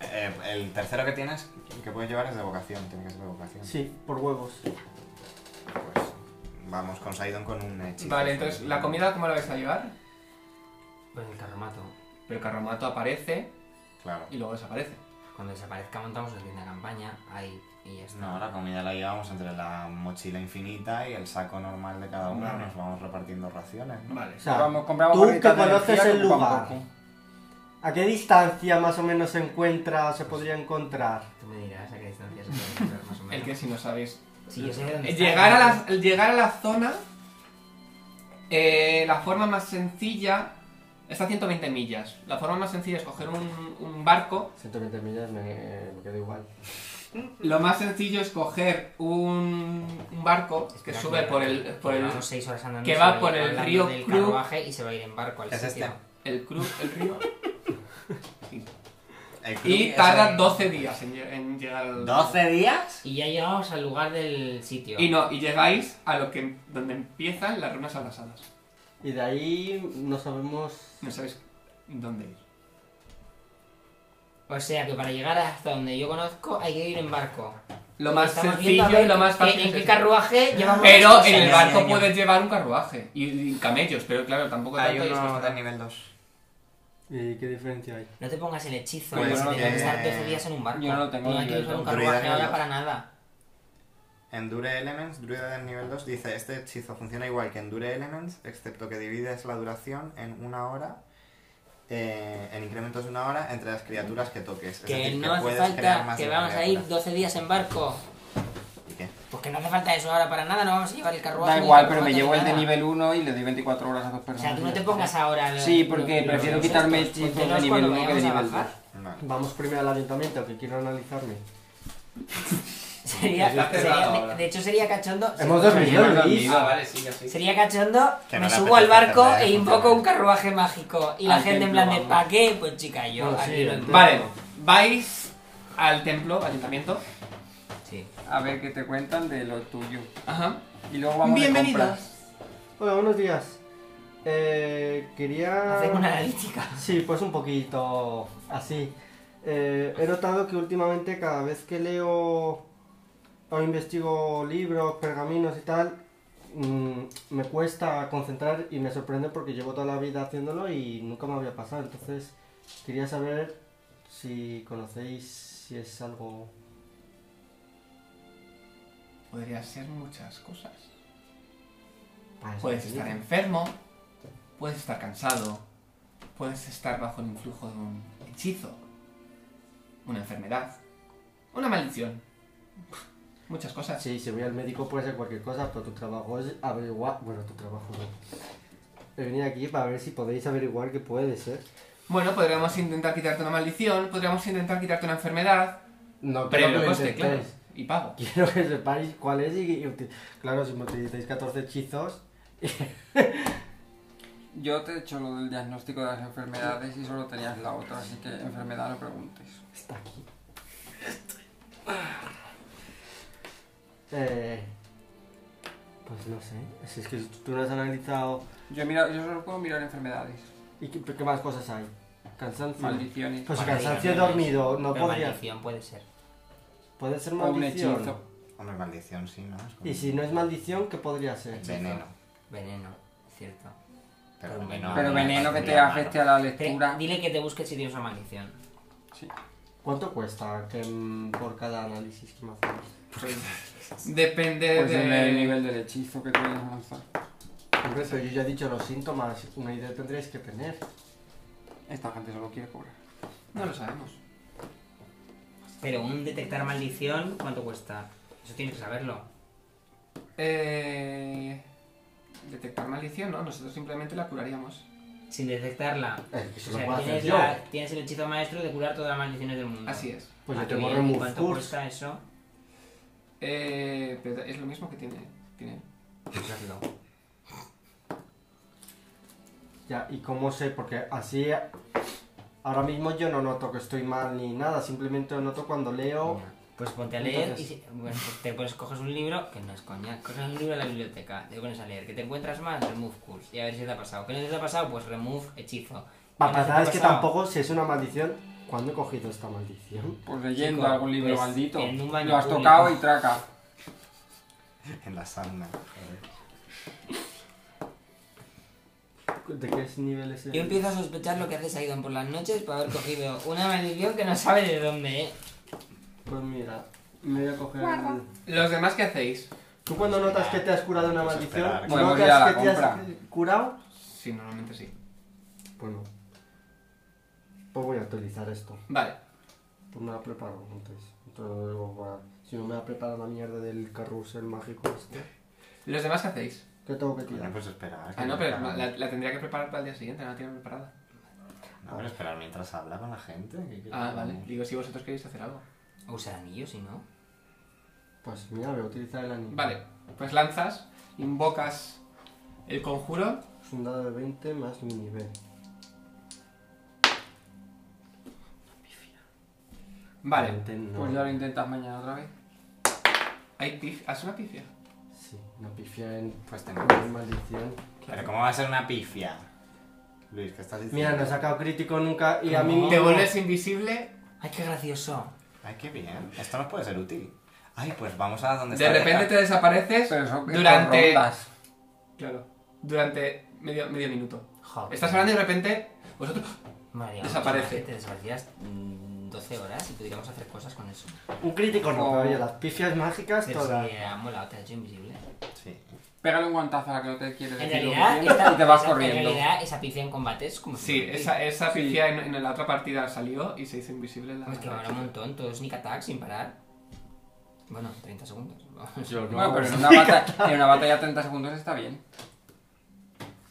eh, el tercero que tienes, que puedes llevar, es de vocación. Tiene que ser de vocación. Sí, por huevos. Pues vamos con Saidon con un hechizo. Vale, entonces, ¿la comida cómo la vais a llevar? Pues el carromato. Pero el carromato aparece Claro. y luego desaparece. Cuando desaparezca montamos una tienda de campaña ahí y ya está. No, la comida la llevamos entre la mochila infinita y el saco normal de cada uno. Nos vamos repartiendo raciones, ¿no? Vale. O sea, Compramos- compramos tú que barritas de energía conoces el que ocupan lugar. poco. ¿A qué distancia más o menos se encuentra o se podría encontrar? Tú me dirás a qué distancia se puede encontrar más o menos. El que si no sabéis. Sí, yo sé dónde está. Llegar a la, el llegar a la zona. eh, la forma más sencilla. Está a 120 millas. La forma más sencilla es coger un, un barco. 120 millas me, me quedo igual. Lo más sencillo es coger un, un barco que Espera, sube que- por el, por el, Llevamos seis horas andando que y va se por ir el hablando río del Club. carruaje y se va a ir en barco al Es sitio. este. el cru- el río. El club Y es tarda el- 12 días en, lle- en llegar al. ¿12 días? Y ya llegamos al lugar del sitio. Y no, y llegáis a lo que donde empiezan las ruinas abrasadas. Y de ahí no sabemos. No sabéis dónde ir. O sea que para llegar hasta donde yo conozco hay que ir en barco. Lo más Estamos viendo a sencillo y ver lo más qué- fácil. ¿En es qué eso. carruaje llevamos las Pero cosas. en el Ña, ña, barco ña. puedes llevar un carruaje y, y camellos, pero claro, tampoco Hay tanto y esto uno está- de nivel 2. ¿Y qué diferencia hay? No te pongas el hechizo, Pues porque si no tienes que tiene- estar 12 días en un barco. Yo no lo tengo No hay ni que idea. usar un Druida carruaje ni ahora idea. para nada. Endure Elements, Druida del nivel 2, dice, este hechizo funciona igual que Endure Elements, excepto que divides la duración en una hora, eh, en incrementos de una hora, entre las criaturas que toques. Es Que decir, no hace puedes crear falta más que de una vamos a ir criatura. 12 días en barco. ¿Y qué? Pues que no hace falta eso ahora para nada, no vamos a llevar el carruaje. Da ni igual, el pero me carruaje llevo ni el de nada. nivel 1 y le doy 24 horas a dos O personas. sea, tú no te pongas ahora. lo- Sí, porque lo- prefiero los quitarme estos, hechizos de póntelos nivel cuando uno que vayamos de a nivel bajar. No. Vamos primero al ayuntamiento, que quiero analizarme. Sería, Está sería- cerrado de- ahora. de hecho, sería cachondo. Hemos sería- dormido, Hemos Luis. dormido. Ah, vale, sí, así. Sería cachondo, Que no me le subo al apetece hacer barco nada, e ¿eh? invoco un carruaje mágico. Y la Al gente en templo plan de, vamos. ¿pa' qué? Pues chica, yo Bueno, sí, aquí lo el entiendo. Vale, vais al templo, ayuntamiento. Sí. A ver qué te cuentan de lo tuyo. Ajá. Y luego vamos de Bienvenidos. compras. Hola, buenos días. Eh, quería... Hacemos una analítica. Sí, pues un poquito así. Eh, he notado que últimamente cada vez que leo o investigo libros, pergaminos y tal, mm, me cuesta concentrar y me sorprende porque llevo toda la vida haciéndolo y nunca me había pasado. Entonces, quería saber si conocéis, si es algo... Podría ser muchas cosas. para Puedes escribir. estar enfermo, puedes estar cansado, puedes estar bajo el influjo de un hechizo, una enfermedad, una maldición. Muchas cosas. Sí, si voy al médico puede ser cualquier cosa, pero tu trabajo es averiguar. Bueno, tu trabajo no. He venido aquí para ver si podéis averiguar qué puede ser. Bueno, podríamos intentar quitarte una maldición, podríamos intentar quitarte una enfermedad, No pero quiero que el lo coste, claro, intentéis. y pago. Quiero que sepáis cuál es y. y uti- claro, si utilizáis 14 hechizos. Yo te he hecho lo del diagnóstico de las enfermedades y solo tenías la otra, así que enfermedad no preguntes. Está aquí. Eh, pues no sé. Si es que tú no has analizado. Yo, mira, yo solo puedo mirar enfermedades. ¿Y qué, qué más cosas hay? Cansancio. Maldiciones. Pues Maldición, cansancio no es. dormido, no Pero podría. maldición puede ser. Puede ser O un maldición. hechizo. Hombre, maldición, sí, ¿no? Es como- Y si no es maldición, ¿qué podría ser? Veneno. Veneno, cierto. Pero Pero veneno, Pero Ah, no, veneno no, que no, te no, afecte a la Cre- lectura. Dile que te busques si tienes una maldición. Sí. ¿Cuánto cuesta que, mm, por cada análisis que me hacemos? Depende Pues de... el, el nivel del hechizo que te vayas a lanzar. Hombre, pero yo ya he dicho los síntomas, una idea tendréis que tener. Esta gente solo quiere cobrar. No lo sabemos. Pero un detectar maldición, ¿cuánto cuesta? Eso tienes que saberlo. Eh... Detectar maldición, ¿no? Nosotros simplemente la curaríamos. Sin detectarla. Eh, que O se lo sea, puedo hacer tienes, yo. la- tienes el hechizo maestro de curar todas las maldiciones del mundo. Así es. Pues Ah, yo qué tengo bien. ¿Y Remove ¿Cuánto Curse. cuesta eso? Eh... Pero es lo mismo que tiene... tiene. Pues hazlo. Ya, ¿y cómo sé? Porque así. Ahora mismo yo no noto que estoy mal ni nada, simplemente noto cuando leo. Ya. Pues ponte a leer Oh. Entonces- y si- bueno, pues te pones, coges un libro, que no es coña, coges un libro de la biblioteca, te pones a leer, que te encuentras más, remove curse, y a ver si te ha pasado. ¿Qué no te ha pasado? Pues remove hechizo. ¿Qué La no te ha verdad es que pasado? tampoco, si es una maldición, ¿cuándo he cogido esta maldición? Pues leyendo Chico, algún libro pues, maldito. en un baño Lo has público. tocado y traca. En la sauna. joder. ¿De qué es nivel es el- Yo empiezo a sospechar lo que hace Saidon por las noches para haber cogido una maldición que no sabe de dónde, eh. Pues mira, me voy a coger. ¿Los demás qué hacéis? ¿Tú cuando notas que te has curado una Pues maldición? esperar. ¿no Podemos notas ir a la que te has compra. curado? Sí, normalmente sí. Pues no. Pues voy a utilizar esto. Vale. Pues me la preparo antes. Entonces lo debo para- Si no me la preparo la mierda del carrusel mágico este. ¿Los demás qué hacéis? ¿Qué tengo que Coño, tirar? pues esperar. que Ah, no, pero habla. la, la tendría que preparar para el día siguiente, no la tienen preparada. No, pero esperar mientras habla con la gente. que- que- Ah, vale. Digo, si vosotros queréis hacer algo. O usar anillo, si no. Pues mira, voy a utilizar el anillo. Vale, pues lanzas, invocas el conjuro. Es un dado de 20 más mi nivel. Vale, 20 no. Pues ya lo intentas mañana otra vez. hay pif, haz una pifia. Sí, una pifia en Pues te en maldición. Pero ¿cómo va a ser una pifia? Luis, ¿qué estás diciendo? Mira, no he sacado crítico nunca y a mí Te mismo- vuelves invisible, ¡Ay, qué gracioso! Ay, qué bien. Esto nos puede ser útil. Ay, pues vamos a donde de está repente te desapareces Pero eso durante. por rondas. Claro, durante medio, medio minuto. Joder. Estás hablando y de repente vosotros. María, Desaparece. mucho más que Te desaparecías mm, 12 horas y pudiéramos hacer cosas con eso. Un crítico Oh. nunca. Oye, las pifias mágicas Pero todas. si ha molado, te has hecho invisible. Sí. Pégale un guantazo a la que no te quiere En decir lo que realidad, tienes esta- y te vas esa- En corriendo. realidad, esa pifia en combate es como... Sí, si- esa, esa Sí. pifia en, en la otra partida salió y se hizo invisible. La... Pues que mola un montón, todo sneak attack sin parar. Bueno, 30 segundos. vamos. Bueno, pero en una, batalla, en una batalla 30 segundos está bien.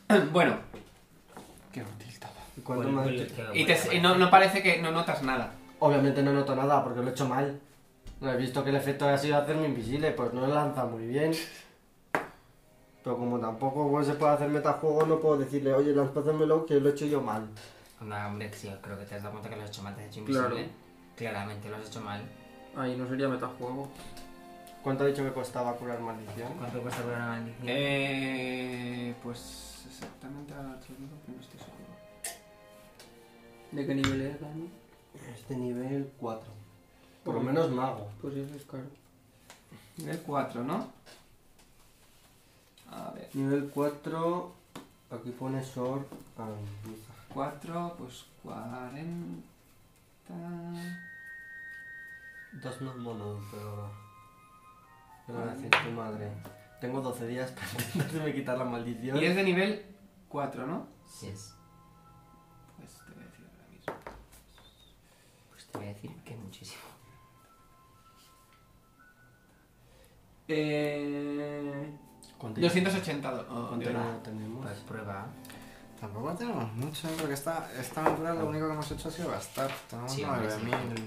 Bueno, Qué útil todo. ¿Y cuánto más? y, te- y no, no parece que no notas nada. Obviamente no noto nada porque lo he hecho mal. No he visto que el efecto ha sido hacerme invisible, pues no lo lanza muy bien. Pero como tampoco bueno, se puede hacer metajuego, no puedo decirle, oye, lánzamelo que lo he hecho yo mal. Anda, hombre, que sí, creo que te has dado cuenta que lo has hecho mal, te has hecho invisible. Claro. Claramente lo has hecho mal. Ahí no sería metajuego. ¿Cuánto ha dicho que costaba curar maldición? ¿Cuánto cuesta curar una maldición? Eh, pues exactamente ahora te lo digo, que no estoy seguro. ¿De qué nivel es, Dani? Este nivel 4. Por lo menos mago. Pues eso es caro. Nivel 4, ¿no? A ver, Nivel 4, aquí pone Sor. ah, 4, pues 40. Dos no mono, pero. Pero voy a decir tu madre. Tengo 12 días para intentarme quitar la maldición. Y es de nivel 4, ¿no? Sí. es- Pues te voy a decir ahora mismo. Pues te voy a decir que muchísimo. Eh, ¿Cuánto 280 do- oh, ¿Cuánto dólares. no tenemos? Pues prueba. Tampoco tenemos mucho, ¿eh? porque esta, esta aventura lo único que hemos hecho ha sido gastar. Tenemos Sí, hombre, 9000, sí.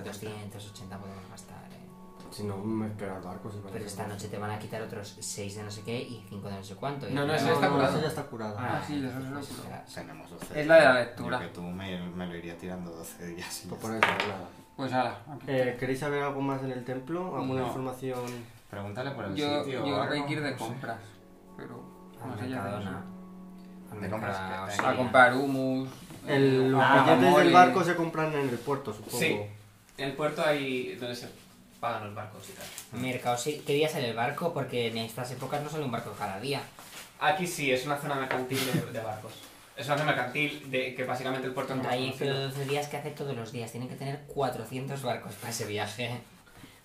9.000. 280 podemos gastar, eh. Si no, me espera el barco. Si Pero esta noche te van a quitar otros 6 de no sé qué y 5 de no sé cuánto. eh. No, no, es esa está curada. esa ya está curada. Ah, Ah, sí, de eso es lo pues, que- espera. Tenemos 12 Es la de la días. lectura. Yo que tú me, me lo iría tirando 12 días. y Pues ya por eso, está. nada. Pues ahora. aquí. Eh, ¿Queréis saber algo más en el templo? ¿Alguna No. información? Pregúntale por el yo sitio. yo creo o que hay que ir algo, de no sé. compras. Pero. Al No sé ya. de eso. Mercadona. Al De compras, Mercado que- Ah, Australia. A comprar humus, El- los Ah, billetes vale. del barco se compran en el puerto, supongo. Sí. En el puerto hay donde se pagan los barcos y tal. Mercado, sí. ¿Qué día sale el barco? Porque en estas épocas no sale un barco cada día. Aquí sí, es una zona mercantil de, de barcos. Es una zona mercantil de que básicamente el puerto no es Hay conocido. 12 días que hace todos los días. Tienen que tener 400 barcos para ese viaje.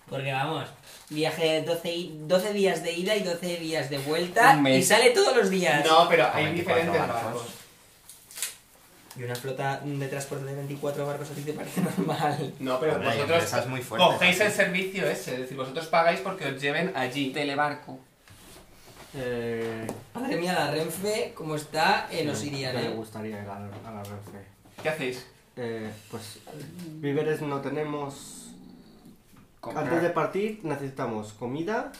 Porque vamos, viaje de 12, i- 12 días de ida y 12 días de vuelta Un y mes. sale todos los días. No, pero hay 24 diferentes barcos. barcos. Y una flota de transporte de 24 barcos a ti te parece normal. No, pero Hombre, hay vosotros empresas muy fuertes. ¿eh? cogéis el aquí. servicio ese, es decir, vosotros pagáis porque os lleven allí. Telebarco. Eh, Madre mía, la Renfe, como está, eh, nos irían, ya me ¿eh? gustaría ir a la, a la Renfe. ¿Qué hacéis? Eh, pues víveres no tenemos. Antes de Comprar. partir necesitamos comida,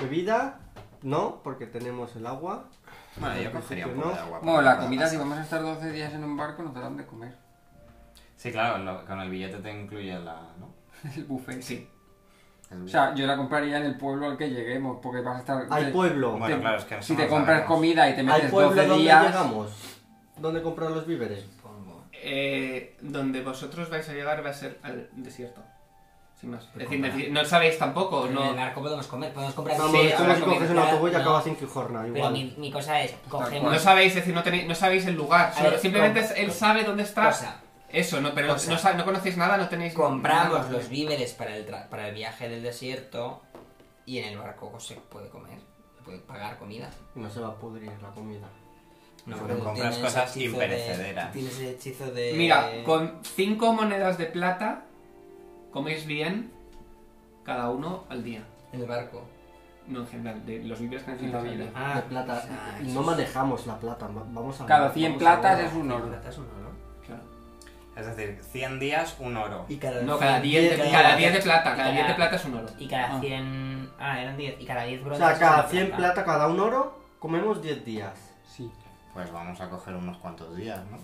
bebida, no, porque tenemos el agua. Bueno, yo cogería un poco de agua. Bueno, la para comida, si pasar. vamos a estar 12 días en un barco, nos darán de comer. Sí, claro, lo- con el billete te incluye la. ¿no? El buffet. Sí. El O billete. sea, yo la compraría en el pueblo al que lleguemos, porque vas a estar... Hay te- pueblo. Bueno, te- claro, es que eso Si no te lo compras sabemos. comida y te Hay metes pueblo 12 donde días... llegamos. ¿Dónde comprar los víveres? Eh, donde vosotros vais a llegar va a ser al desierto. Sin más. Es decir, deci- no sabéis tampoco, En no. el barco podemos comer, podemos comprar... Pues Vamos, sí, es como habrá si coges un comida. autobús y No, acabas en Quijorna, Pero igual. mi, mi cosa es, cogemos... No sabéis, es decir, no, tenéis, no sabéis el lugar. A ver, simplemente com- él sabe dónde está. cosa, Eso, no, pero no, Cosa. no sa- no conocéis nada, no tenéis. compramos nada. los víveres para el, tra- para el viaje del desierto y en el barco pues, se puede comer, se puede pagar comida. No se va a pudrir la comida. No, Pero pero compras tienes cosas hechizo de- imperecederas. Tienes el hechizo de... Mira, con 5 monedas de plata coméis bien cada uno al día. El barco. No, en general, de los víveres que necesitas La al vida. día. Ah, de plata. ah, no eso es- manejamos la plata, va- vamos a Cada 100 vamos a platas ver. es un oro. Plata es un oro. Claro. Es decir, 100 días, un oro. Y cada No, cada 10 de, cada- cada 10 de plata, y cada 10 de plata es un oro. Y cada Ah. 100... Ah, eran 10. Y cada 10 O bronces... sea, es cada una 100 plata, cada un oro, comemos 10 días. Sí. Pues vamos a coger unos cuantos días, ¿no?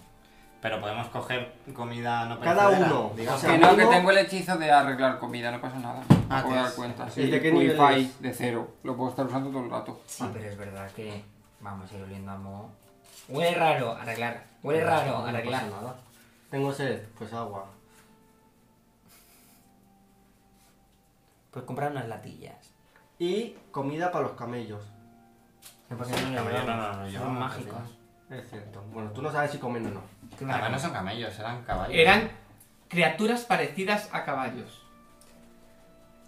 Pero podemos coger comida no Cada perecedera, uno. digamos. O sea, Que no, que amigo- tengo el hechizo de arreglar comida, no pasa nada. Ah, no puedo tienes- dar cuenta. Sí, ¿Desde qué nivel wifi es? de cero. Lo puedo estar usando todo el rato. Sí, pero es verdad que vamos a ir oliendo a moho. Huele raro, arreglar. Huele raro, No arreglar. pasa nada. Tengo sed, pues agua. Pues comprar unas latillas. Y comida para los camellos. No, porque no, No, no, no, no, no, son llevamos mágicos. camellos. Es cierto. Bueno, tú no sabes si comen o no. ¿Qué Además marca? no Ah, son camellos, eran caballos. Eran criaturas parecidas a caballos.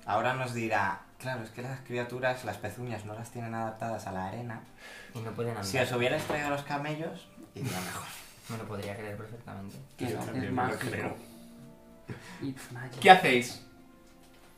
Ahora nos dirá, claro, es que las criaturas, las pezuñas, no las tienen adaptadas a la arena. Y no pueden andar. Si os hubierais traído los camellos, iría mejor. Me lo podría creer perfectamente. Que Yo no, que es también me lo mágico. creo. It's magic. ¿Qué hacéis?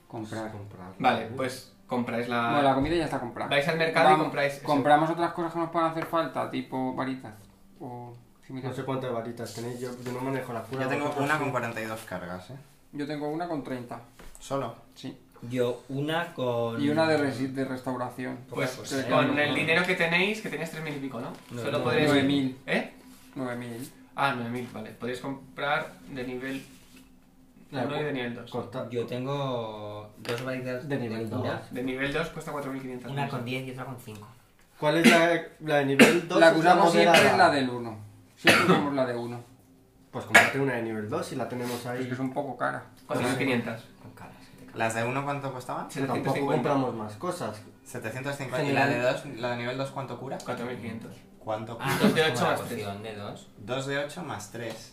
Comprar. Para comprar. Vale, pues compráis Bueno, la la... comida ya está comprada. Vais al mercado y Vamos, compráis... eso. Compramos otras cosas que nos puedan hacer falta, tipo varitas o No similares. sé cuántas varitas tenéis, yo, yo no manejo la cura. Yo tengo vosotros una sí. con 42 cargas, ¿eh? Yo tengo una con 30, Solo. sí. Yo una con. Y una de, resi- de restauración, Pues, Pues, eh, eh, con no, el no. dinero que tenéis, que tenéis 3.000 y pico, ¿no? No, Solo no, podréis... 9.000. ¿Eh? 9000. Ah, 9.000, vale. Podéis comprar de nivel 1 y de nivel 2. Corta- Yo tengo dos varitas De nivel cura. dos. De nivel 2 cuesta 4.500. Una con 10 y otra con 5. ¿Cuál es la, la de nivel 2? La que usamos siempre es la del 1. Siempre usamos la de 1. Pues comprate una de nivel 2 si la tenemos Es ahí. que es un poco cara. 4.500. Con caras. que te cagas. ¿Las de uno cuánto costaban? Pero tampoco 750. compramos más cosas. 750. ¿Y la de dos, la de nivel 2 cuánto cura? Ah. 4.500. ¿Cuánto Ah, cura? Dos de como ocho la más tres. poción de dos. 2 de 8 más 3.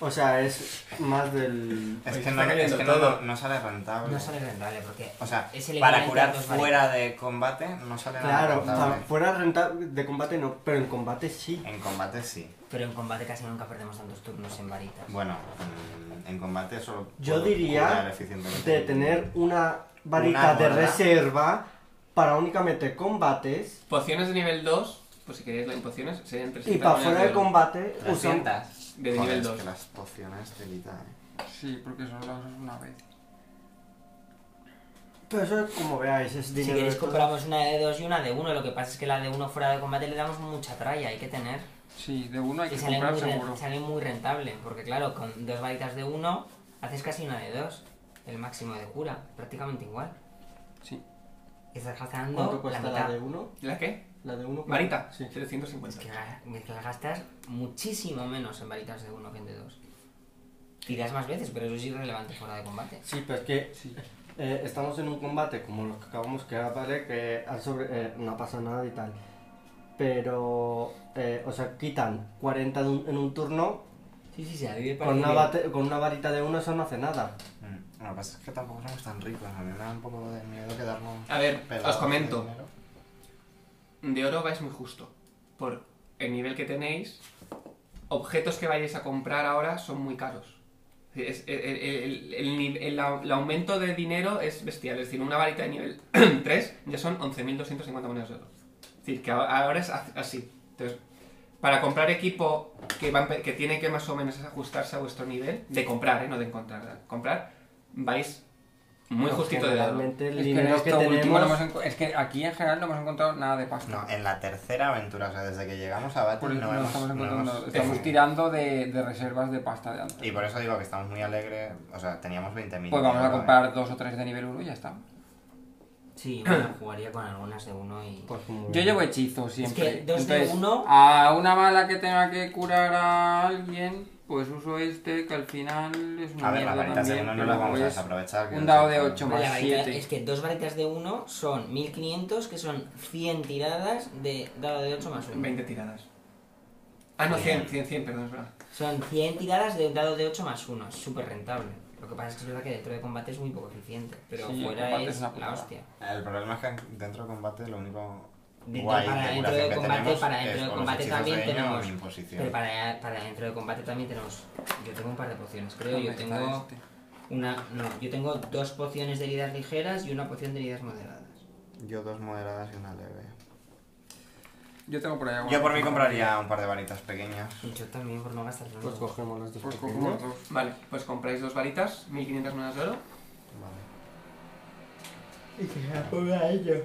O sea, es más del. Es Oye, que, se está no, es cayendo que no, todo. no sale rentable. No sale rentable porque. O sea, Es el para equivalente a curar dos fuera de combate no sale nada Claro, rentable. fa- fuera renta- de combate no, pero en combate sí. En combate sí. Pero en combate casi nunca perdemos tantos turnos en varitas. Bueno, mm, en combate solo. Yo puedo curar diría eficientemente. de tener una varita Una de gorda. reserva para únicamente combates Pociones de nivel 2, pues si queréis las pociones, serían 300. y para fuera de monedas oro. combate usamos 300. De Joder, nivel es dos. que las pociones telita, eh. Sí, porque solo la usas una vez. Pero eso es como veáis, es Si dinero. queréis de todo. compramos una de dos y una de uno, lo que pasa es que la de uno fuera de combate le damos mucha tralla, hay que tener. Sí, de 1 hay Y que sale comprar muy, ren- seguro. sale muy rentable, porque claro, con dos varitas de uno haces casi una de dos, el máximo de cura, prácticamente igual. Sí. Estás ¿Cuánto gastando la cuesta la mitad. de uno? ¿La qué? ¿La de uno? Marita, Sí. 750. Es que, ga- es que gastas muchísimo menos en varitas de uno que en de dos. Tiras más veces, pero eso es irrelevante fuera de combate. Sí, pero es que eh, estamos en un combate como los que acabamos que ah, vale que han sobre- eh, no pasa nada y tal. Pero, eh, o sea, quitan 40 de un- en un turno, Sí, sí, sí, a mí me con parece. una, bien. bate- con una varita de uno eso no hace nada. Mm, Lo que pasa es que tampoco somos tan ricos. A mí me da un poco de miedo quedarnos. A ver, pelados os de comento. dinero. De oro vais muy justo. Por el nivel que tenéis, objetos que vayáis a comprar ahora son muy caros. Es- el, el- el- el ni- el au- el aumento de dinero es bestial. Es decir, una varita de nivel 3 ya son 11.250 monedas de oro. Es decir, que a- ahora es a- así. Entonces, para comprar equipo que, va empe- que tiene que más o menos ajustarse a vuestro nivel, de comprar, ¿eh? no de encontrar, de comprar, vais muy Pero justito de oro. Realmente el Es que en dinero que, esto último no tenemos... hemos enco- es que aquí en general no hemos encontrado nada de pasta. No, en la tercera aventura, o sea, desde que llegamos a Batis Por eso no, no hemos. estamos no encontrando. hemos- Estamos tirando de, de reservas de pasta de antes. Y por eso digo que estamos muy alegres. O sea, teníamos 20.000. Pues vamos a euros, ¿eh? comprar dos o tres de nivel 1 y ya está. Sí, bueno, jugaría con algunas de uno y. Pues, muy Yo bien. llevo hechizos siempre. que dos de Entonces, uno- A una mala que tenga que curar a alguien, pues uso este que al final es una A ver, las mierda varitas de también. uno Pues, no pero las vamos a es desaprovechar. que Un no dado sé de cómo. 8 Pero la más varita- 7. es que dos varitas de uno son 1500, que son 100 tiradas de dado de 8 más 1. 20 tiradas. Ah, no, 100, 100, 100, perdón, es verdad. Son 100 tiradas de un dado de 8 más 1, es súper rentable. Lo que pasa es que es verdad que dentro de combate es muy poco eficiente, pero Sí, fuera combate es, es una la putada. hostia. El problema es que dentro de combate lo único. Dentro- guay para de dentro de curación que combate, tenemos para dentro es de con los combate hechizos también de tenemos- Ño en Pero imposición. para, para dentro de combate también tenemos... Yo tengo un par de pociones, creo. Yo ¿Dónde está tengo este? una... No, yo tengo dos pociones de heridas ligeras y una poción de heridas moderadas. Yo dos moderadas y una leve. Yo tengo por ahí alguna Yo por mí cosa. compraría un par de varitas pequeñas. Y yo también, por no gastar tanto. Pues cogemos los dos Pues como pequeños. dos. Vale, pues compráis dos varitas, 1500 monedas de oro. Vale. Y que se la ponga a ellos.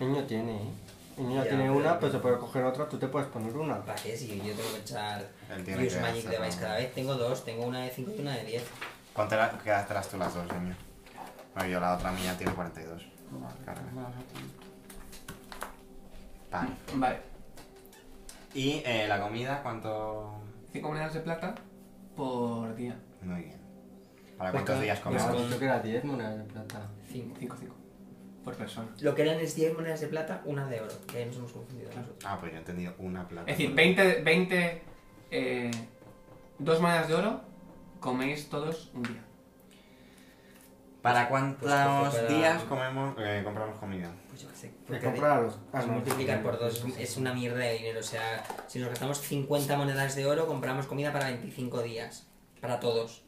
El niño tiene, ¿eh? El niño Ya, tiene pero- una, pues se puede coger otra, tú te puedes poner una. ¿Para qué? Si yo tengo que echar Él tiene Use que Magic hacerlo. Device cada vez. Tengo dos, tengo una de 5 y una de 10. ¿Cuánto era- gastaras tú las dos, niño? Bueno, yo la otra mía tiene 42. Carga. Pan. Vale, Y eh, la comida, ¿cuánto...? 5 monedas de plata por día. Muy bien. ¿Para cuántos Pues Porque- días Me comemos? contó que era 10 monedas de plata. 5, 5, 5. Por persona. Lo que eran es 10 monedas de plata, una de oro. Que ahí nos hemos confundido Claro. nosotros. Ah, pues yo he entendido una plata. Es decir, 20, 20, eh, dos monedas de oro, coméis todos un día. ¿Para Pues que cuántos fuera- días comemos, eh, compramos comida? Pues yo qué sé. Me porque de- compraros. Ah, pues no, multiplicar sí, por sí, dos sí, sí. es una mierda de dinero. O sea, si nos gastamos 50 monedas de oro, compramos comida para 25 días. Para todos.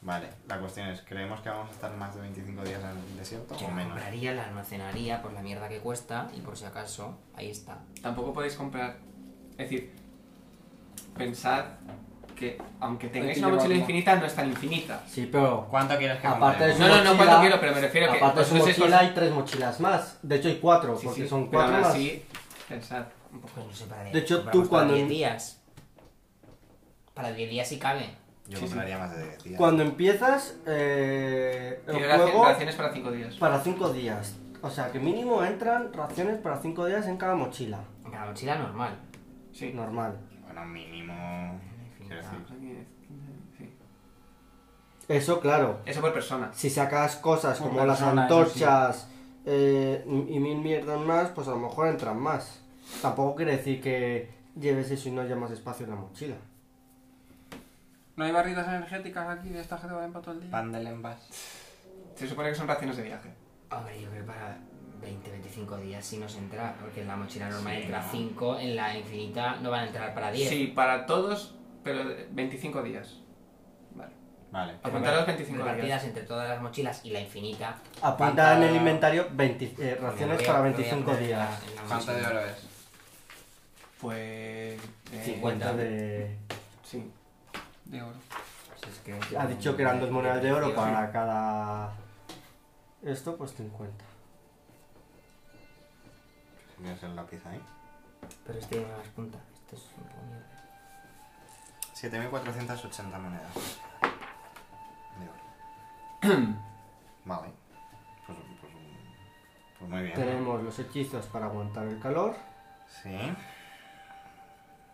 Vale, la cuestión es, ¿creemos que vamos a estar más de 25 días en el desierto Yo o la menos? compraría, la almacenaría por la mierda que cuesta. Y por si acaso, ahí está. Tampoco podéis comprar. Es decir, pensad que aunque tengáis que una mochila llevarlo. infinita, no es tan infinita. Sí, pero ¿Cuánto quieres que Aparte compremos? No, de no, no, mochila- cuánto quiero, pero me refiero a que. Aparte de su vosotros sois mochila cons- hay tres mochilas más. De hecho hay cuatro, Sí, porque sí, son pero cuatro aún más. así, pensad un poco. Pues no sé, para diez- De hecho, compramos tú para cuando- 10 días. Para 10 días si cabe. Yo Sí, sí. compraría más de 10 días. Cuando empiezas eh, el Tiene juego raci- raciones para 5 días. para cinco días. O sea que mínimo entran raciones para cinco días en cada mochila. Una mochila normal. Sí. Normal. Bueno, mínimo... Ah. Quiero decir, Sí. Eso claro. Eso por persona. Si sacas cosas Por como las persona, eso antorchas eh, y mil mierdas más, pues a lo mejor entran más. Tampoco quiere decir que lleves eso y no haya más espacio en la mochila. ¿No hay barritas energéticas aquí de esta gente que va para todo el día? pan del envase. Se supone que son raciones de viaje. Hombre, yo creo que para 20, 25 días sí nos entra, porque en la mochila normal entra 5, en la infinita no van a entrar para 10. Sí, para todos, pero de- 25 días. Vale. Vale. Pero apuntar los bueno, 25 repartidas días. entre todas las mochilas y la infinita. Apunta ¿Cuánta- en el inventario 20, eh, me raciones voy a- para me voy a 25 poner en la- días. en la ¿Cuánto mochila. de oro es? Pues. eh, 50. De- Sí. De oro. Si Pues es que- Ha dicho que eran dos monedas de oro para cada. Esto, pues 50. ¿Tienes el lápiz ahí? Pero este tiene más punta. Esto es un poco mierda. 7.480 monedas. De oro. vale. Pues, pues un- Muy bien. Tenemos los hechizos para aguantar el calor Sí.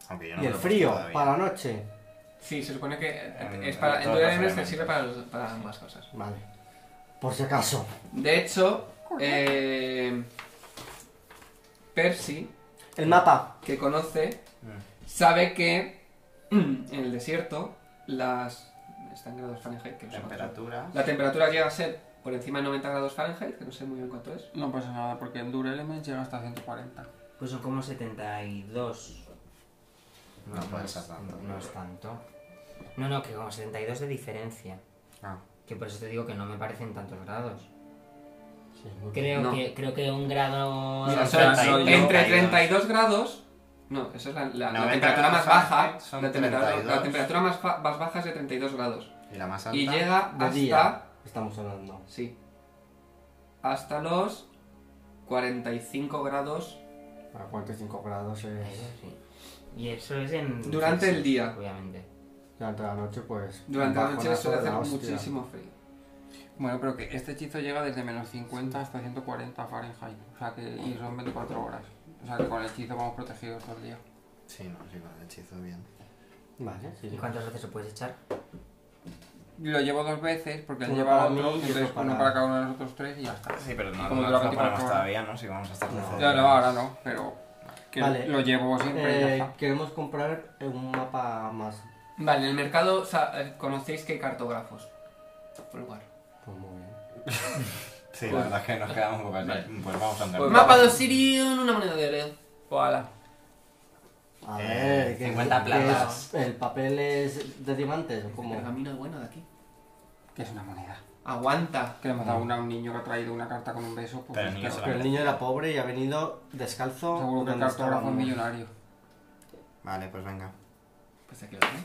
Aunque yo no y me el lo he puesto frío todavía. para la noche. Sí, se supone que En- eh, es Ah, en para, en Duel todos los Elements te elementos. sirve para, los- para ambas cosas. Vale. Por si acaso. De hecho, eh, Percy, El mapa. que conoce, Mm. sabe que mm, en el desierto las... Está en grados Fahrenheit, que no sé cuánto. Temperatura. La temperatura llega a ser por encima de 90 grados Fahrenheit, que no sé muy bien cuánto es. No pasa nada, porque el Dure Element llega hasta 140. Pues son como 72. No puede es- ser tanto. pues No es tanto. No, no, que como 72 de diferencia. Ah. Que por eso te digo que no me parecen tantos grados. Sí, muy bien. Creo, No. que, creo que un grado... Mira, de son- treinta y son 32. entre 32 grados... No, esa es la, la- la 90 temperatura más grados baja. Fahrenheit son la, temperatura, 32. la temperatura más, fa- más baja es de 32 grados. Y la más alta. Y llega De hasta... día estamos hablando. Sí. Hasta los 45 grados A 45 grados Eso es. sí. Y eso es en... Durante el día. Obviamente. Durante la noche, pues. Durante la un noche suele bajonazo de hacer la hostia. muchísimo frío. Bueno, pero que este hechizo llega desde menos 50 hasta 140 Fahrenheit. O sea que y son 24 horas. O sea que con el hechizo vamos protegidos todo el día. Sí, no, sí, con el hechizo bien. Vale, sí. ¿Y cuántas veces lo puedes echar? Lo llevo dos veces porque él Uno lleva para otro, mí y otro entonces para- uno para cada uno de nosotros tres y ya está. Sí, pero no, Como no dura nos lo 24 ponemos horas. todavía, ¿no? Si vamos a estar No. desde- Ya no, ahora no, pero que Vale. lo llevo siempre y ya Eh, está. queremos comprar eh, un mapa más. Vale, en el mercado sa- eh, conocéis que hay cartógrafos. Por lugar. Pues muy bien. Sí, la verdad es que nos quedamos un poco atrás. Pues vamos a andar. Pues mapa de Osirion, una moneda de oro. Voilà. A Eh, ver, que- 50 que es- platas. El papel es de diamantes, o Como como. pergamino bueno de aquí. Que es una moneda. Aguanta. Que le hemos dado una a un niño que ha traído una carta con un beso. Pues Pero el es niño que se la Mm. Pero el niño era pobre y ha venido descalzo. Seguro que el donde cartógrafo es estábamos. millonario. Vale, pues venga. Pues aquí lo tenéis.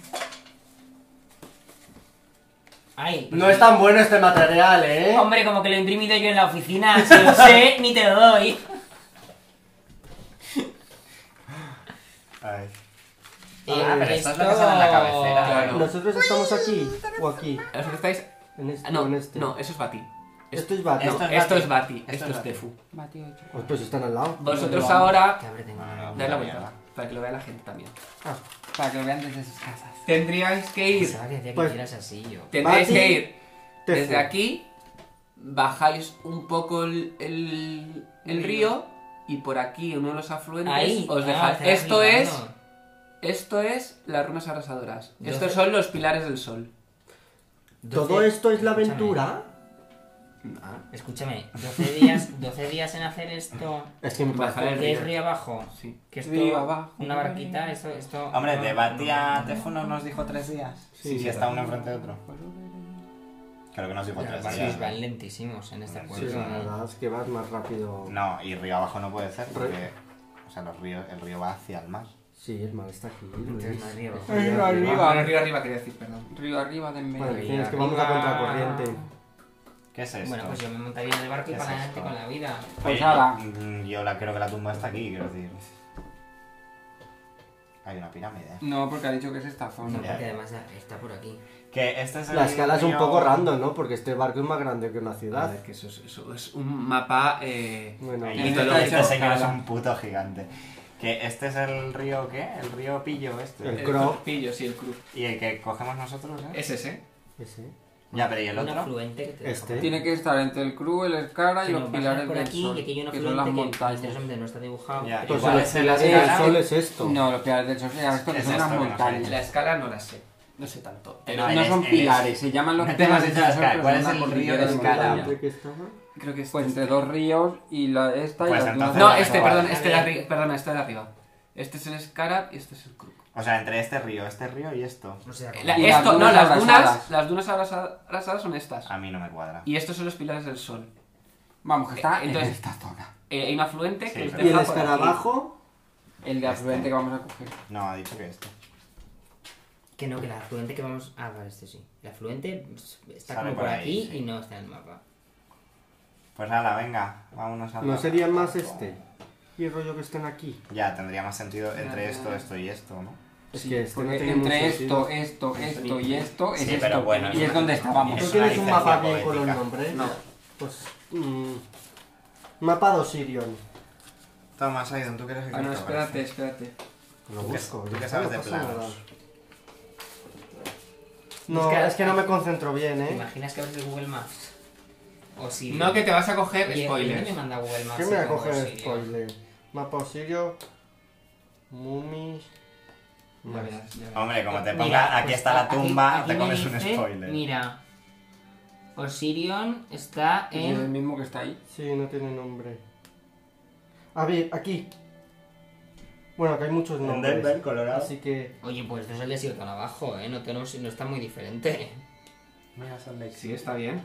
¡Ay! No es tan bueno este material, eh. Hombre, como que lo he imprimido yo en la oficina, si lo sé, ni te lo doy. Ay. Eh, Ah, pero esta es la que sale en la cabecera, claro. Nosotros estamos aquí o aquí. Vosotros estáis. En este, ah, No, o en este. no, eso es Bati. Esto es Bati. No, Esto es esto Bati. es Bati. Esto Esto es es Bati. Tefu. Pues, pues están al lado. Vosotros No, no, ahora. Que habré tenido. Ah, Dad la mierda. vuelta. Para que lo vea la gente también. Ah, Para que lo vean desde sus casas. Tendríais que ir. Pensaba que decía que Pues- hicieras así yo. Tendríais Bati, que ir. te Desde fue. aquí. Bajáis un poco el, el, el río. Y por aquí, en uno de los afluentes, Ahí, os ah, dejáis. estarás Esto es. flipando. Esto es las runas arrasadoras. Yo Estos sé. son los pilares del sol. Todo Doce- esto es la escúchame, aventura. Escúchame, 12 días, 12 días en hacer esto, Es que me Bajar parece. el que es río. río abajo, Sí. que esto, Río abajo. una barquita, esto, esto... Hombre, no- de Bati a no- Tefu no nos dijo tres días. Sí, Sí, sí, sí. está uno enfrente de otro. Creo que nos dijo Los tres barcos días. van lentísimos en este Sí, Sí, pueblo. la ¿eh? verdad es que vas más rápido. No, y río abajo no puede ser porque. O sea, los ríos, el río va hacia el mar. Sí, el mal está aquí. Entonces Luis. no es río. Es río Ay, arriba. Arriba. Ah, río arriba quería decir, perdón. Río arriba de en medio. Bueno, tienes que Arriba. vamos a contracorriente. ¿Qué es esto? Bueno, pues yo me montaría en el barco y ¿Qué para es adelante esto? con la vida. Pues yo- nada. mm, Yo la, creo que la tumba está aquí, quiero decir. Hay una pirámide. No, porque ha dicho que es esta No, zona. porque además está por aquí. Que este es el La escala es un río- poco random, ¿no? Porque este barco es más grande que una A ciudad. ver, que eso es, eso es un mapa. Eh... Bueno, Ahí Y está, todo Este hecho señor es escala. un puto gigante. Que este es el río, ¿qué? El río Pillo El este. Crow. Pillo, sí, el cruz. Y el que cogemos nosotros, ¿eh? Es ese. ese. Ya, pero ¿y el Un otro? afluente que te Este. deja- Tiene que estar entre el Cru, el Escara y que los nos bajan pilares por del aquí sol, y aquí hay un que son las afluente que montañas. misteriosamente no está dibujado. Ya, Pero y- Entonces, ¿Cuál Pues el, es el escala? el sol es esto. No, los pilares del sol se llaman esto, que Es son esto, unas que no montañas. La escala no la sé. No sé tanto. Pero No, No, el son es- el pilares, es- se llaman los No te pilares has del hecho sol. la escala. pero ¿Cuál son es una el cordillera río de de escala? montañas. ¿De qué estaba? creo que este. Pues entre dos ríos y la esta y Pues la de entonces- No, Ah, este, no, perdón, vale. este de arriba. Perdona, este de arriba. Este es el Scarab y este es el cruz. O sea, entre este río, este río y esto. No sé, La- Y las esto, no, dunas las dunas, abrasadas. las dunas abrasa- abrasadas son estas. A mí no me cuadra. Y estos son los pilares del sol. Vamos, que está en Entonces- esta zona. Eh, hay un afluente Sí, que os pero- Y el deja por aquí. escarabajo. El de afluente que vamos a coger. No, ha dicho que este. esto. Que no, que el afluente que vamos. Ah, vale, este sí. El afluente pues, está Sale como por por, ahí, aquí sí. ¿Eh? y no está en el mapa. Pues nada, venga, vámonos a... No sería más este. Y el rollo que estén aquí. Ya, tendría más sentido entre Ya, esto, ya. esto y esto, ¿no? Es Sí, que este no porque tiene entre mucho esto, sentido. esto, esto y esto es Sí, esto. pero bueno, es y es una- donde estábamos. ¿No es una tienes un mapa licencia bien con los poética. nombres? No. Pues. mm, Mapa de Osirion. Toma, Saidon, tú que eres el Ah, no, cartógrafo. espérate, espérate. Lo Tú que- busco. tú ya que está, sabes de pasa nada. planos. No, Busca- es que no me concentro bien, ¿Te eh. imaginas que abres el Google Maps? O si. No que te vas a coger Oye, ¿quién me spoilers. manda Google Maps? ¿Qué me voy a si pongo coger Siria? spoiler? Mapa Osirio. Mumis. Ya verás, Este ya verás. Hombre, como te Mira, ponga, aquí pues está a- la aquí- tumba, aquí te me comes un dice, spoiler. Mira, Osirion está ¿Y el en. mismo que está ahí? Sí, no tiene nombre. A ver, aquí. Bueno, que hay muchos En nombres. Denver, Colorado. Así que. Oye, pues esto es el desierto de abajo, ¿eh? No, tenemos, no está muy diferente. Mira, Salt Lake Sí, está bien.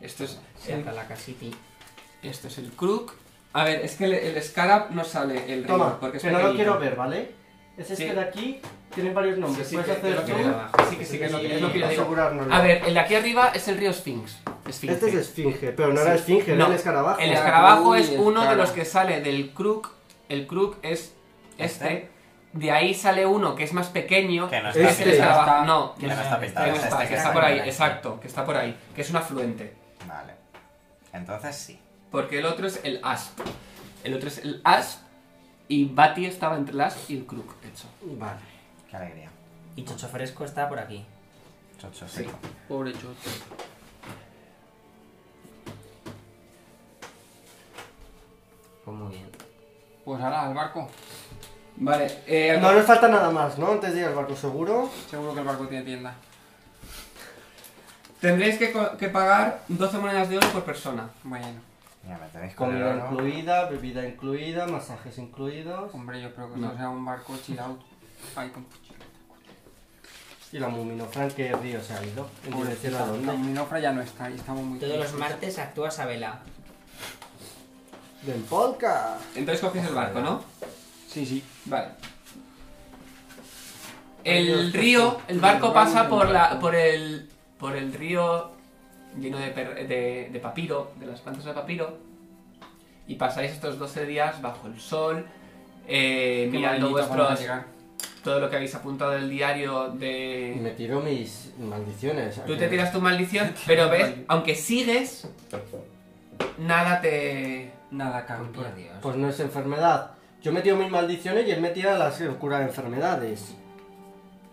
Esto es Se el, ata la casiti. esto es el crook. A ver, es que el, el scarab no sale el rigor Toma, porque es que no lo pequeñito. quiero ver, ¿vale? Es este Sí. de aquí. Tienen varios Sí, nombres. sí, Puedes que- que hacer lo tú quiero ver abajo. Sí, que sí, que es lo que- es lo que y yo digo. asegurarnos. A ver, el de aquí arriba es el río Sphinx. Esfinge. Este es Esfinge, pero no era Sí. Esfinge, No, era el escarabajo. El Claro, escarabajo uy, es el uno de escarabajo. los que sale del crook. El crook es este. Este. De ahí sale uno que es más pequeño. Que no que es está el pintado. escarabajo. Está- No, que Que no está pintado. no es está, este que que está por ahí, en la- exacto, que está por ahí, que es un afluente. Vale. Entonces sí. Porque el otro es el asp. El otro es el asp. Y Bati estaba entre el asp y el crook, hecho. Vale. Qué alegría. Y Chocho Fresco está por aquí. Chocho Sí. seco. Pobre chocho. Pues muy bien. Pues ahora al barco. Vale, eh, No nos falta nada más, ¿no? Antes de ir al barco seguro. Seguro que el barco tiene tienda. tendréis que, co- que pagar 12 monedas de oro por persona. Bueno, Mira, me tenéis con el Comida oro. incluida, bebida incluida, masajes incluidos. hombre, yo espero que No. esto sea un barco chill out. Ahí con puchito. Y la Muminofran que Río se ha ido. En dirección a La dónde? minofra ya no está ahí estamos muy Todos los tristes. martes actúa Sabela. Del podcast. Entonces cogéis el barco, ¿no? Sí, sí. Vale. El río, el barco pasa por la, por el, por el río lleno de, per- de, de papiro, de las plantas de papiro, y pasáis estos 12 días bajo el sol, eh, Qué mirando maldito cuando vuestros, llegar. todo lo que habéis apuntado del diario Y de... me tiro mis maldiciones. Tú te tiras tu maldición, pero ves, aunque sigues, nada te... Nada Por cambia. Dios. Pues no es enfermedad. Yo me tiro mis maldiciones y él me tira las que cura enfermedades.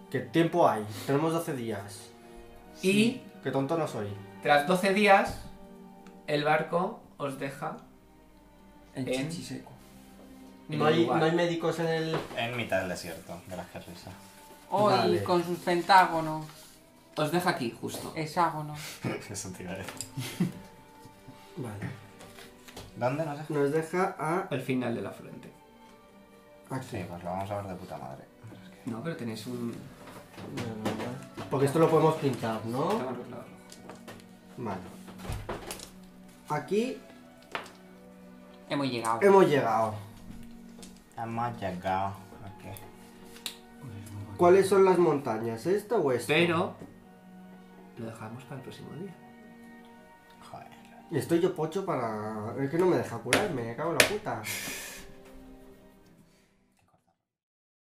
¿Qué tiempo hay? Tenemos 12 días. Y Qué tonto no soy. tras 12 días, el barco os deja... En En- chichi seco. en No el hay, lugar. no hay médicos en el... En mitad del desierto, de las que risa. Hoy Vale. con sus pentágonos, Os deja aquí, justo. Eh. hexágonos. Eso te iba a decir. Vale. ¿Dónde nos deja? Nos deja a... Al final de la frente. Aquí. Sí, pues lo vamos a ver de puta madre. No, pero tenéis un. Porque esto lo podemos pintar, ¿no? Tengo que clavarlo. Vale. Aquí Hemos llegado. hemos llegado. Hemos llegado. Ok. ¿Cuáles son las montañas? ¿Esta o esta? Pero. Lo dejamos para el próximo día. Joder. Y estoy yo pocho para... Es que no me deja curarme, me cago en la puta.